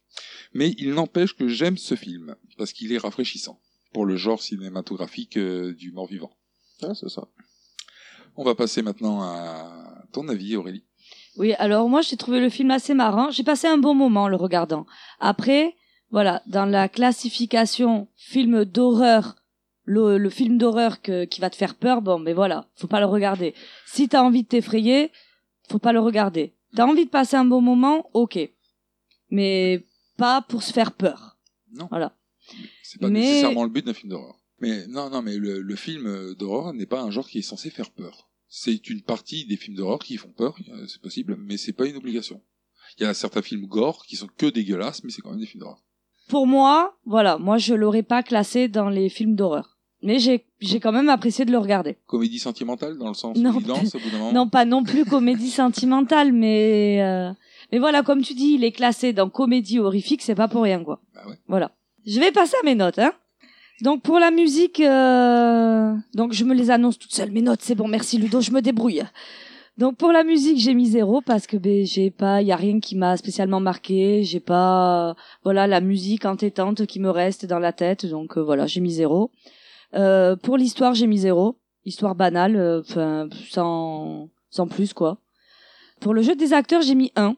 Speaker 6: Mais il n'empêche que j'aime ce film, parce qu'il est rafraîchissant pour le genre cinématographique euh, du mort-vivant.
Speaker 9: Ah, c'est ça.
Speaker 6: On va passer maintenant à ton avis, Aurélie.
Speaker 7: Oui, alors moi j'ai trouvé le film assez marrant. J'ai passé un bon moment en le regardant. Après, voilà, dans la classification film d'horreur, le, le film d'horreur que- qui va te faire peur, bon, mais voilà, faut pas le regarder. Si t'as envie de t'effrayer, faut pas le regarder. T'as envie de passer un bon moment, ok, mais pas pour se faire peur.
Speaker 6: Non.
Speaker 7: Voilà.
Speaker 6: C'est pas
Speaker 7: Mais-
Speaker 6: nécessairement le but d'un film d'horreur. Mais non, non, mais le, le film euh, d'horreur n'est pas un genre qui est censé faire peur. C'est une partie des films d'horreur qui font peur, euh, c'est possible, mais c'est pas une obligation. Il y a certains films gore qui sont que dégueulasses, mais c'est quand même des films d'horreur.
Speaker 7: Pour moi, voilà, moi je l'aurais pas classé dans les films d'horreur. Mais j'ai j'ai quand même apprécié de le regarder.
Speaker 6: Comédie sentimentale dans le sens
Speaker 7: Non,
Speaker 6: où il danse au bout d'un moment.
Speaker 7: Non, pas non plus comédie sentimentale, mais euh, mais voilà, comme tu dis, il est classé dans comédie horrifique, c'est pas pour rien quoi. Voilà. Je vais passer à mes notes. Hein. Donc pour la musique, euh, donc je me les annonce toutes seules. Mes notes, c'est bon, merci Ludo, je me débrouille. Donc pour la musique, j'ai mis zéro parce que ben j'ai pas, y a rien qui m'a spécialement marqué. J'ai pas, euh, voilà, la musique entêtante qui me reste dans la tête. Donc euh, voilà, j'ai mis zéro. Euh, pour l'histoire, j'ai mis zéro. Histoire banale, euh, 'fin, sans sans plus quoi. Pour le jeu des acteurs, j'ai mis un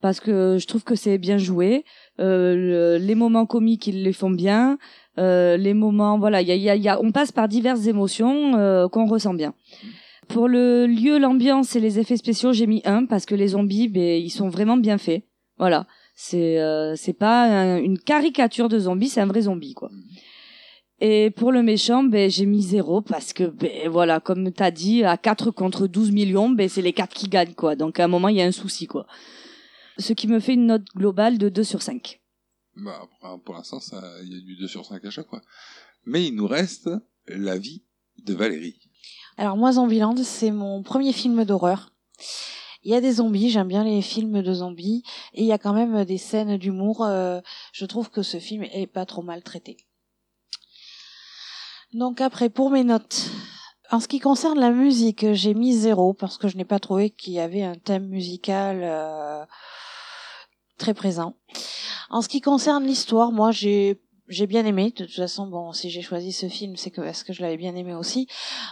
Speaker 7: parce que je trouve que c'est bien joué. Euh, le- les moments comiques, ils les font bien. Euh, les moments, voilà, il y a, il y a- il y a- on passe par diverses émotions euh, qu'on ressent bien. Pour le lieu, l'ambiance et les effets spéciaux, j'ai mis un parce que les zombies, ben, ils sont vraiment bien faits. Voilà, c'est euh, c'est pas un- une caricature de zombie, c'est un vrai zombie quoi. Et pour le méchant, ben, j'ai mis zéro parce que, ben, voilà, comme t'as dit, à 4 contre 12 millions, ben, c'est les 4 qui gagnent, quoi. Donc, à un moment, il y a un souci, quoi. Ce qui me fait une note globale de 2 sur 5.
Speaker 6: Bah, pour- pour l'instant, ça, il y a du 2 sur 5 à chaque fois. Mais il nous reste la vie de Valérie.
Speaker 4: Alors moi, Zombieland, c'est mon premier film d'horreur. Il y a des zombies, j'aime bien les films de zombies, et il y a quand même des scènes d'humour. euh, je trouve que ce film est pas trop mal traité. Donc après, pour mes notes. En ce qui concerne la musique, j'ai mis zéro parce que je n'ai pas trouvé qu'il y avait un thème musical euh, très présent. En ce qui concerne l'histoire, moi j'ai j'ai bien aimé. De toute façon, bon, si j'ai choisi ce film, c'est que parce que je l'avais bien aimé aussi.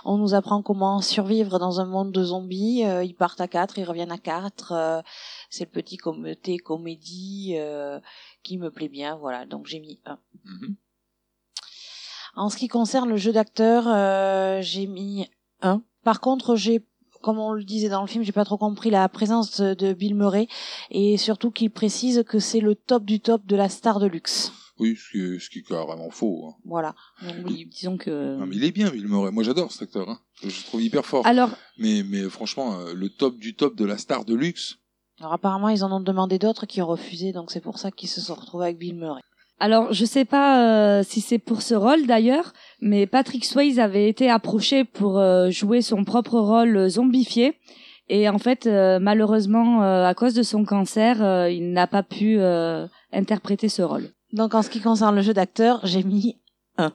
Speaker 4: On nous apprend comment survivre dans un monde de zombies. Euh, ils partent à quatre, ils reviennent à quatre. Euh, c'est le petit comité comédie euh, qui me plaît bien. Voilà, donc j'ai mis un.
Speaker 6: Mhm.
Speaker 4: En ce qui concerne le jeu d'acteur, euh, j'ai mis un. Par contre, j'ai comme on le disait dans le film, j'ai pas trop compris la présence de Bill Murray et surtout qu'il précise que c'est le top du top de la star de luxe.
Speaker 6: Oui, ce qui est, ce qui est carrément faux. hein.
Speaker 4: Voilà. Donc, oui, disons que
Speaker 7: Euh.
Speaker 6: Non, mais il est bien, Bill Murray. Moi, j'adore cet acteur. hein. Je le trouve hyper fort.
Speaker 4: Alors-
Speaker 6: Mais, mais franchement, euh, le top du top de la star de luxe.
Speaker 4: Alors apparemment, ils en ont demandé d'autres qui ont refusé, donc c'est pour ça qu'ils se sont retrouvés avec Bill Murray.
Speaker 7: Alors, je sais pas euh, si c'est pour ce rôle d'ailleurs, mais Patrick Swayze avait été approché pour euh, jouer son propre rôle euh, zombifié. Et en fait, euh, malheureusement, euh, à cause de son cancer, euh, il n'a pas pu euh, interpréter ce rôle.
Speaker 4: Donc en ce qui concerne le jeu d'acteur, j'ai mis un.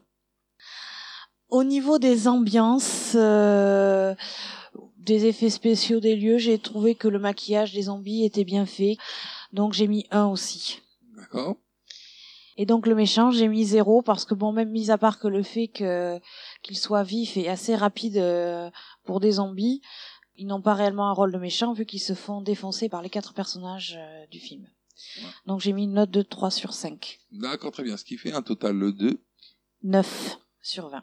Speaker 4: Au niveau des ambiances, euh, des effets spéciaux des lieux, j'ai trouvé que le maquillage des zombies était bien fait, donc j'ai mis un aussi.
Speaker 6: D'accord.
Speaker 4: Et donc le méchant, j'ai mis zéro parce que bon, même mis à part que le fait que qu'il soit vif et assez rapide euh, pour des zombies, ils n'ont pas réellement un rôle de méchant vu qu'ils se font défoncer par les quatre personnages euh, du film. Donc j'ai mis une note de 3 sur 5.
Speaker 6: D'accord, très bien. Ce qui fait un total de
Speaker 4: 9 sur 20.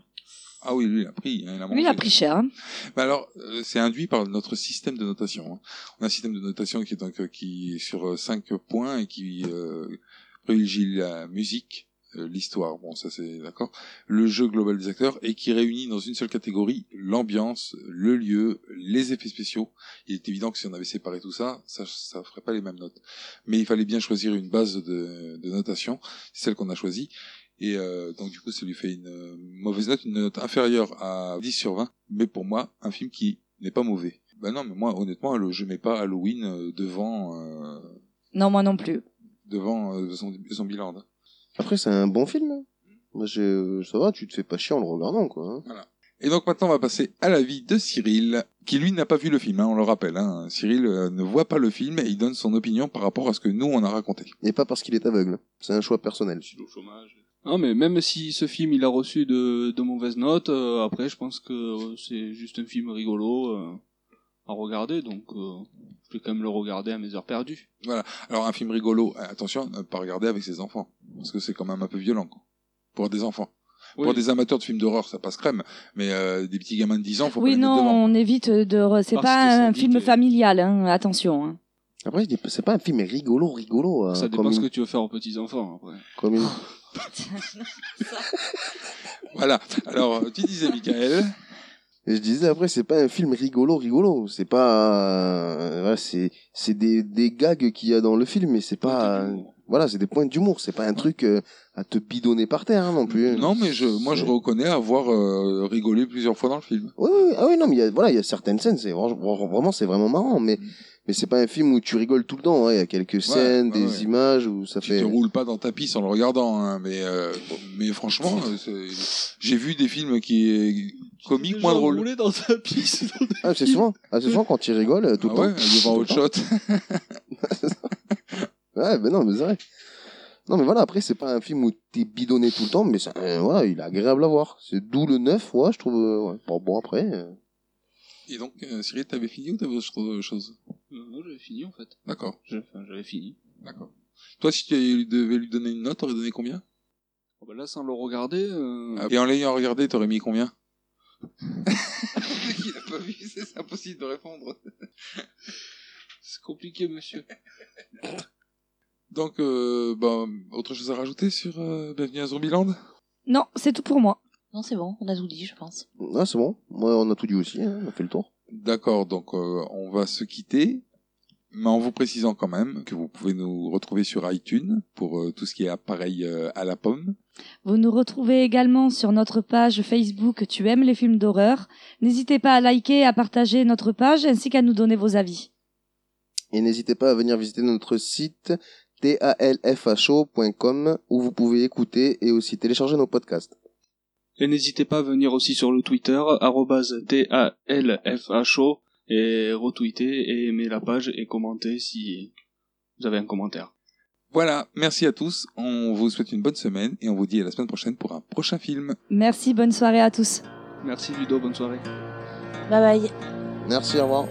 Speaker 6: Ah oui, lui, il a pris. hein, il a,
Speaker 7: Lui, il a
Speaker 6: mangé.
Speaker 7: pris cher. hein.
Speaker 6: Bah alors, euh, c'est induit par notre système de notation. hein. On a un système de notation qui est donc euh, qui est sur 5 points et qui euh, privilégie la musique, euh, l'histoire, bon ça c'est d'accord, le jeu global des acteurs et qui réunit dans une seule catégorie l'ambiance, le lieu, les effets spéciaux. Il est évident que si on avait séparé tout ça, ça ça ferait pas les mêmes notes. Mais il fallait bien choisir une base de, de notation, c'est celle qu'on a choisie. Et euh, donc du coup, ça lui fait une euh, mauvaise note, une note inférieure à 10 sur 20. Mais pour moi, un film qui n'est pas mauvais. Bah non, mais moi, honnêtement, le- je mets pas Halloween euh, devant euh,
Speaker 7: Non, moi non plus.
Speaker 6: devant euh, Zomb- Zombieland.
Speaker 9: Après, c'est un bon film. hein. Moi, j'ai- ça va, tu te fais pas chier en le regardant, quoi. hein.
Speaker 6: Et donc maintenant, on va passer à l'avis de Cyril, qui lui n'a pas vu le film, hein, on le rappelle. hein. Cyril euh, ne voit pas le film et il donne son opinion par rapport à ce que nous, on a raconté.
Speaker 9: Et pas parce qu'il est aveugle. C'est un choix personnel.
Speaker 8: Non, mais même si ce film il a reçu de, de mauvaises notes, euh, après je pense que euh, c'est juste un film rigolo euh, à regarder, donc euh, je vais quand même le regarder à mes heures perdues.
Speaker 6: Voilà. Alors, un film rigolo, euh, attention, ne pas regarder avec ses enfants. Parce que c'est quand même un peu violent, quoi. Pour des enfants.
Speaker 8: Oui.
Speaker 6: Pour des amateurs de films d'horreur, ça passe crème. Mais euh, des petits gamins de 10 ans, faut
Speaker 7: Oui,
Speaker 6: pas les mettre
Speaker 7: non,
Speaker 6: devant.
Speaker 7: on évite de. re- C'est
Speaker 6: Parce
Speaker 7: pas
Speaker 6: que ça
Speaker 7: un
Speaker 6: dit
Speaker 7: film familial, hein, attention. hein.
Speaker 9: Après, je dis- c'est pas un film rigolo, rigolo. hein,
Speaker 8: Ça dépend
Speaker 9: comme
Speaker 8: ce
Speaker 9: une-
Speaker 8: que tu veux faire aux petits enfants après.
Speaker 9: comme une-
Speaker 6: Voilà. Alors, euh, tu disais, Michael.
Speaker 9: Et je disais après, c'est pas un film rigolo, rigolo. C'est pas, euh, voilà, c'est, c'est des, des gags qu'il y a dans le film, mais c'est pas, Voilà, c'est des points d'humour, c'est pas un truc euh, à te bidonner par terre hein, non plus.
Speaker 6: Non, mais je, moi, je reconnais avoir euh, rigolé plusieurs fois dans le film.
Speaker 9: Oui, oui, oui. ah oui, non, mais il y a, voilà, il y a certaines scènes, c'est vra- vra- vraiment, c'est vraiment marrant, mais mais c'est pas un film où tu rigoles tout le temps. ouais, Il y a quelques scènes,
Speaker 6: Mm. ouais,
Speaker 9: des
Speaker 6: ouais.
Speaker 9: images où ça
Speaker 6: Tu
Speaker 9: fait.
Speaker 6: te roules pas dans ta pisse en le regardant, hein, mais euh, mais franchement, euh, c'est- j'ai vu des films qui est comiques moins drôles.
Speaker 8: roulé dans sa piste.
Speaker 9: Ah, c'est souvent, ah, c'est souvent quand il rigole euh, tout le
Speaker 6: Ah ouais,
Speaker 9: temps.
Speaker 6: devant
Speaker 9: Tout le
Speaker 6: Hot
Speaker 9: temps. ouais, ben non, mais c'est vrai. Non, mais voilà, après, c'est pas un film où t'es bidonné tout le temps, mais ça, euh, voilà, il est agréable à voir. C'est d'où le 9, ouais, je trouve. euh, ouais. Bon, bon, après. euh,
Speaker 6: Et donc, euh, Cyril, t'avais fini ou t'avais autre chose
Speaker 8: Euh, Non, non, j'avais fini en fait.
Speaker 6: D'accord.
Speaker 8: J'ai- Enfin, j'avais fini.
Speaker 6: D'accord. Toi, si tu devais lui donner une note, t'aurais donné combien
Speaker 8: Oh, bah là, sans le regarder. euh,
Speaker 6: Et en l'ayant regardé, t'aurais mis combien
Speaker 8: Il a pas vu, c'est impossible de répondre. c'est compliqué, monsieur.
Speaker 6: Donc, euh, ben, autre chose à rajouter sur euh, Bienvenue à Zombieland
Speaker 7: Non, c'est tout pour moi.
Speaker 4: Non, c'est bon, on a tout dit, je pense.
Speaker 9: Ah, c'est bon. Moi, on a tout dit aussi. hein, on a fait le tour.
Speaker 6: D'accord, donc euh, on va se quitter, mais en vous précisant quand même que vous pouvez nous retrouver sur iTunes pour euh, tout ce qui est appareil euh, à la pomme.
Speaker 7: Vous nous retrouvez également sur notre page Facebook Tu aimes les films d'horreur. N'hésitez pas à liker et à partager notre page ainsi qu'à nous donner vos avis.
Speaker 9: Et n'hésitez pas à venir visiter notre site talfho.com où vous pouvez écouter et aussi télécharger nos podcasts.
Speaker 8: Et n'hésitez pas à venir aussi sur le Twitter, arrobase TALFHO, et retweeter et aimer la page et commenter si vous avez un commentaire.
Speaker 6: Voilà, merci à tous, on vous souhaite une bonne semaine et on vous dit à la semaine prochaine pour un prochain film.
Speaker 7: Merci, bonne soirée à tous.
Speaker 8: Merci Ludo, bonne soirée.
Speaker 4: Bye bye.
Speaker 9: Merci, au revoir.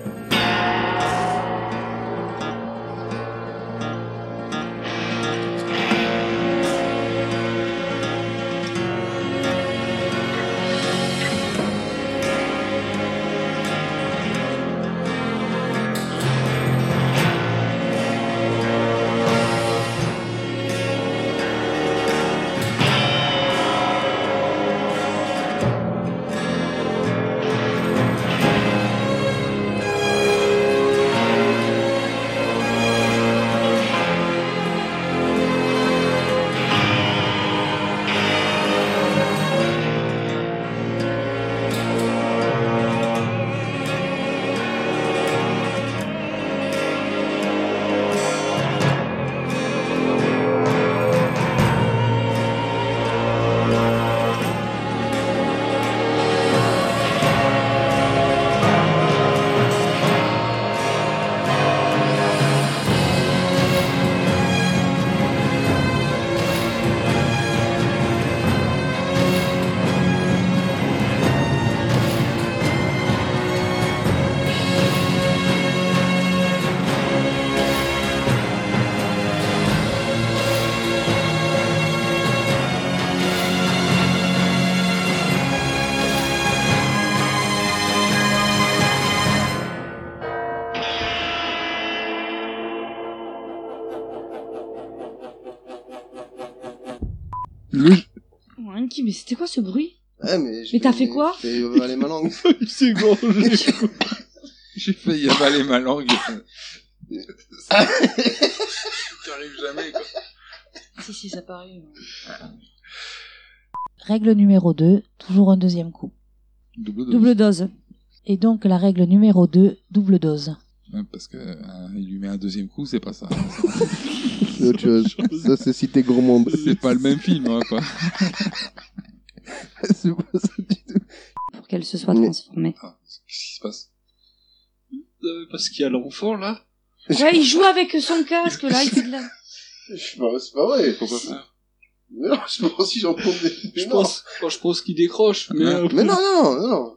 Speaker 2: mais c'était quoi ce bruit
Speaker 9: Ouais, Eh, mais je
Speaker 2: Mais t'as
Speaker 9: fais-
Speaker 2: fait quoi
Speaker 9: Je fais avaler ma langue.
Speaker 8: C'est bon,
Speaker 6: J'ai failli avaler ma langue. T'arrives jamais quoi.
Speaker 2: Si, si, ça paraît.
Speaker 4: Règle numéro 2, toujours un deuxième coup.
Speaker 6: Double dose.
Speaker 7: Double dose.
Speaker 4: Et donc la règle numéro 2, double dose.
Speaker 6: Ouais, parce que euh, il lui met un deuxième coup, c'est pas ça.
Speaker 9: C'est autre chose. Ça, c'est cité gourmande.
Speaker 6: C'est pas le même film, hein, quoi.
Speaker 9: C'est pas ça du tout.
Speaker 7: Pour qu'elle se soit transformée.
Speaker 6: Qu'est-ce qui se passe
Speaker 8: Parce qu'il y a l'enfant là.
Speaker 7: Ouais, il joue avec son casque là, il fait de la-
Speaker 9: C'est pas, c'est pas vrai.
Speaker 6: Faut pas faire.
Speaker 9: Mais non, je pense si j'en prends des.
Speaker 8: Je pense, oh, je pense qu'il décroche, mais.
Speaker 6: Hein
Speaker 8: euh,
Speaker 9: Mais non, non, non, non.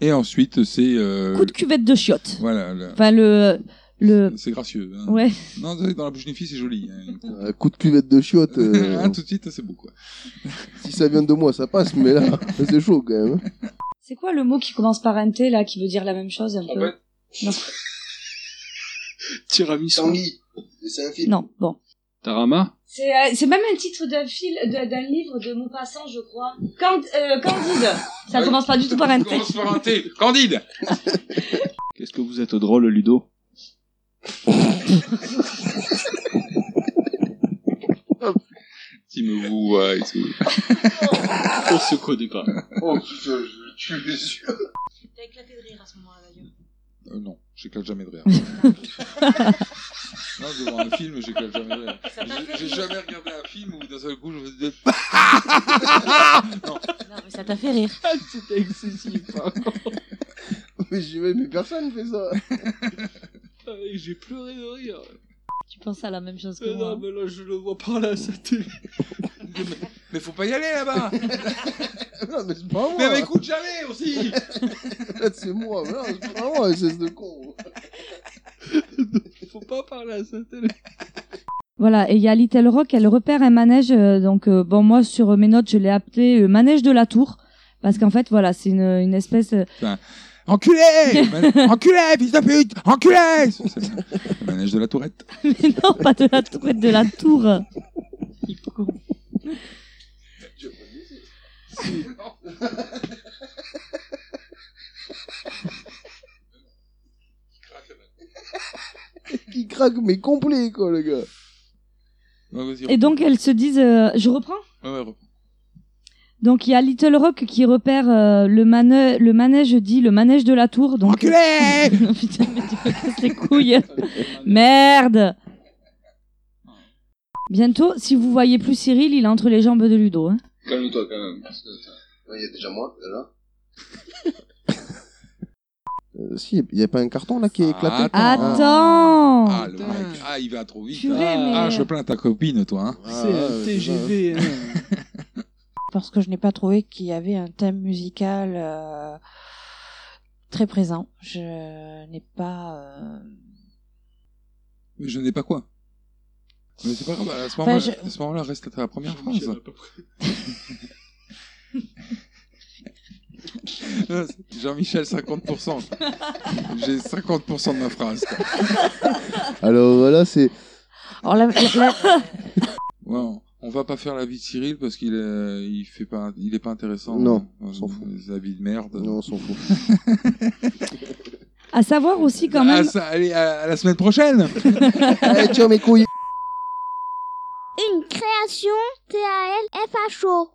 Speaker 6: Et ensuite, c'est. euh,
Speaker 7: Coup de cuvette de chiottes.
Speaker 6: Voilà, le-
Speaker 7: Enfin, le. le...
Speaker 6: c'est gracieux. hein.
Speaker 7: Ouais.
Speaker 6: Non, dans la bouche d'une fille, c'est joli. hein.
Speaker 9: Un coup de cuvette de chiottes. euh,
Speaker 6: Ah, tout de suite, c'est beau, quoi.
Speaker 9: si ça vient de moi, ça passe, mais là, c'est chaud quand même.
Speaker 7: C'est quoi le mot qui commence par un T là, qui veut dire la même chose
Speaker 8: Ah
Speaker 7: un
Speaker 8: bah.
Speaker 7: peu non.
Speaker 8: Tiramisu.
Speaker 9: C'est un film.
Speaker 7: non, bon.
Speaker 8: Tarama.
Speaker 15: C'est euh, c'est même un titre d'un fil de- d'un livre de Maupassant, je crois. Cand- euh, Candide. Ça
Speaker 6: Ouais.
Speaker 15: commence pas du tout par un T.
Speaker 6: commence par un T. Candide
Speaker 8: Qu'est-ce que vous êtes drôle, Ludo
Speaker 6: me voient et tout.
Speaker 8: On se connaît pas.
Speaker 9: Oh putain, je tue les yeux.
Speaker 15: T'as éclaté de rire à ce moment-là, d'ailleurs.
Speaker 6: Euh, non, j'éclate jamais de rire. non, devant un film, j'éclate jamais de rire.
Speaker 15: Ça t'a fait
Speaker 6: J'ai j'ai
Speaker 15: rire.
Speaker 6: jamais regardé un film où d'un seul coup je me disais. non.
Speaker 4: Non, mais ça t'a fait rire.
Speaker 9: C'était excessif. mais j'y vais, mais personne fait ça.
Speaker 8: Ah, J'ai pleuré de rire.
Speaker 16: Tu penses à la même chose que
Speaker 8: Mais
Speaker 16: moi.
Speaker 8: Euh, non, mais là, je le vois par là, ça t'est.
Speaker 6: Mais faut pas y aller là-bas
Speaker 9: Non, mais c'est pas moi.
Speaker 6: Mais m'écoute jamais aussi
Speaker 9: Là, c'est moi. Mais non, c'est pas moi, espèce de con.
Speaker 8: Faut pas parler à sa télé.
Speaker 7: Voilà, et il y a Little Rock, elle repère un manège. euh, donc, euh, bon, moi, sur euh, mes notes, je l'ai appelé euh, manège de la tour. Parce qu'en fait, voilà, c'est une, une espèce. euh,
Speaker 6: Enculé Man- Enculé, fils de pute Enculé C'est le- le manège de la tourette.
Speaker 16: Mais non, pas de la tourette, de la tour.
Speaker 9: Il craque, mais complet, quoi, le gars.
Speaker 6: Ouais, vas-y,
Speaker 7: Et donc, elles se disent. euh, je reprends
Speaker 6: reprends. Ouais, ouais, reprends.
Speaker 7: Donc, il y a Little Rock qui repère euh, le, manè- le manège, dit le manège de la tour. Donc,
Speaker 15: euh,
Speaker 7: euh,
Speaker 6: Enculé
Speaker 7: Putain, mais tu me casses les couilles. Merde Bientôt, si vous voyez plus Cyril, il est entre les jambes de Ludo. hein.
Speaker 9: Calme-toi, quand même. Il y a déjà moi, là. Euh, si, il n'y a pas un carton là qui est éclaté
Speaker 7: Attends
Speaker 6: Ah, le mec. Ah, il va trop vite.
Speaker 7: Oh, Purée,
Speaker 6: ah,
Speaker 7: mais-
Speaker 6: ah, je plains ta copine, toi. hein.
Speaker 9: C'est un Ah, ouais, TGV,
Speaker 4: Parce que je n'ai pas trouvé qu'il y avait un thème musical euh, très présent. Je n'ai pas. euh,
Speaker 6: Mais je n'ai pas quoi. Mais c'est pas grave, à ce
Speaker 7: Bah,
Speaker 4: Enfin,
Speaker 6: moment-là,
Speaker 4: je-
Speaker 6: à ce moment-là, reste à ta première phrase.
Speaker 8: Michel, à peu
Speaker 6: Non, c'est Jean-Michel, 50%. J'ai 50% de ma phrase. quoi.
Speaker 9: Alors voilà, c'est.
Speaker 4: Alors, la- la- la-
Speaker 6: Ouais, on- on va pas faire la vie de Cyril parce qu'il est, il fait pas, il est pas intéressant.
Speaker 9: Non,
Speaker 6: on s'en fout. Des habits de merde. Non,
Speaker 9: on s'en fout.
Speaker 7: À savoir aussi quand
Speaker 6: Ah,
Speaker 7: même.
Speaker 6: ça, allez, à, à la semaine prochaine.
Speaker 9: Allez, tiens mes couilles.
Speaker 17: Une création T-A-L-F-H-O.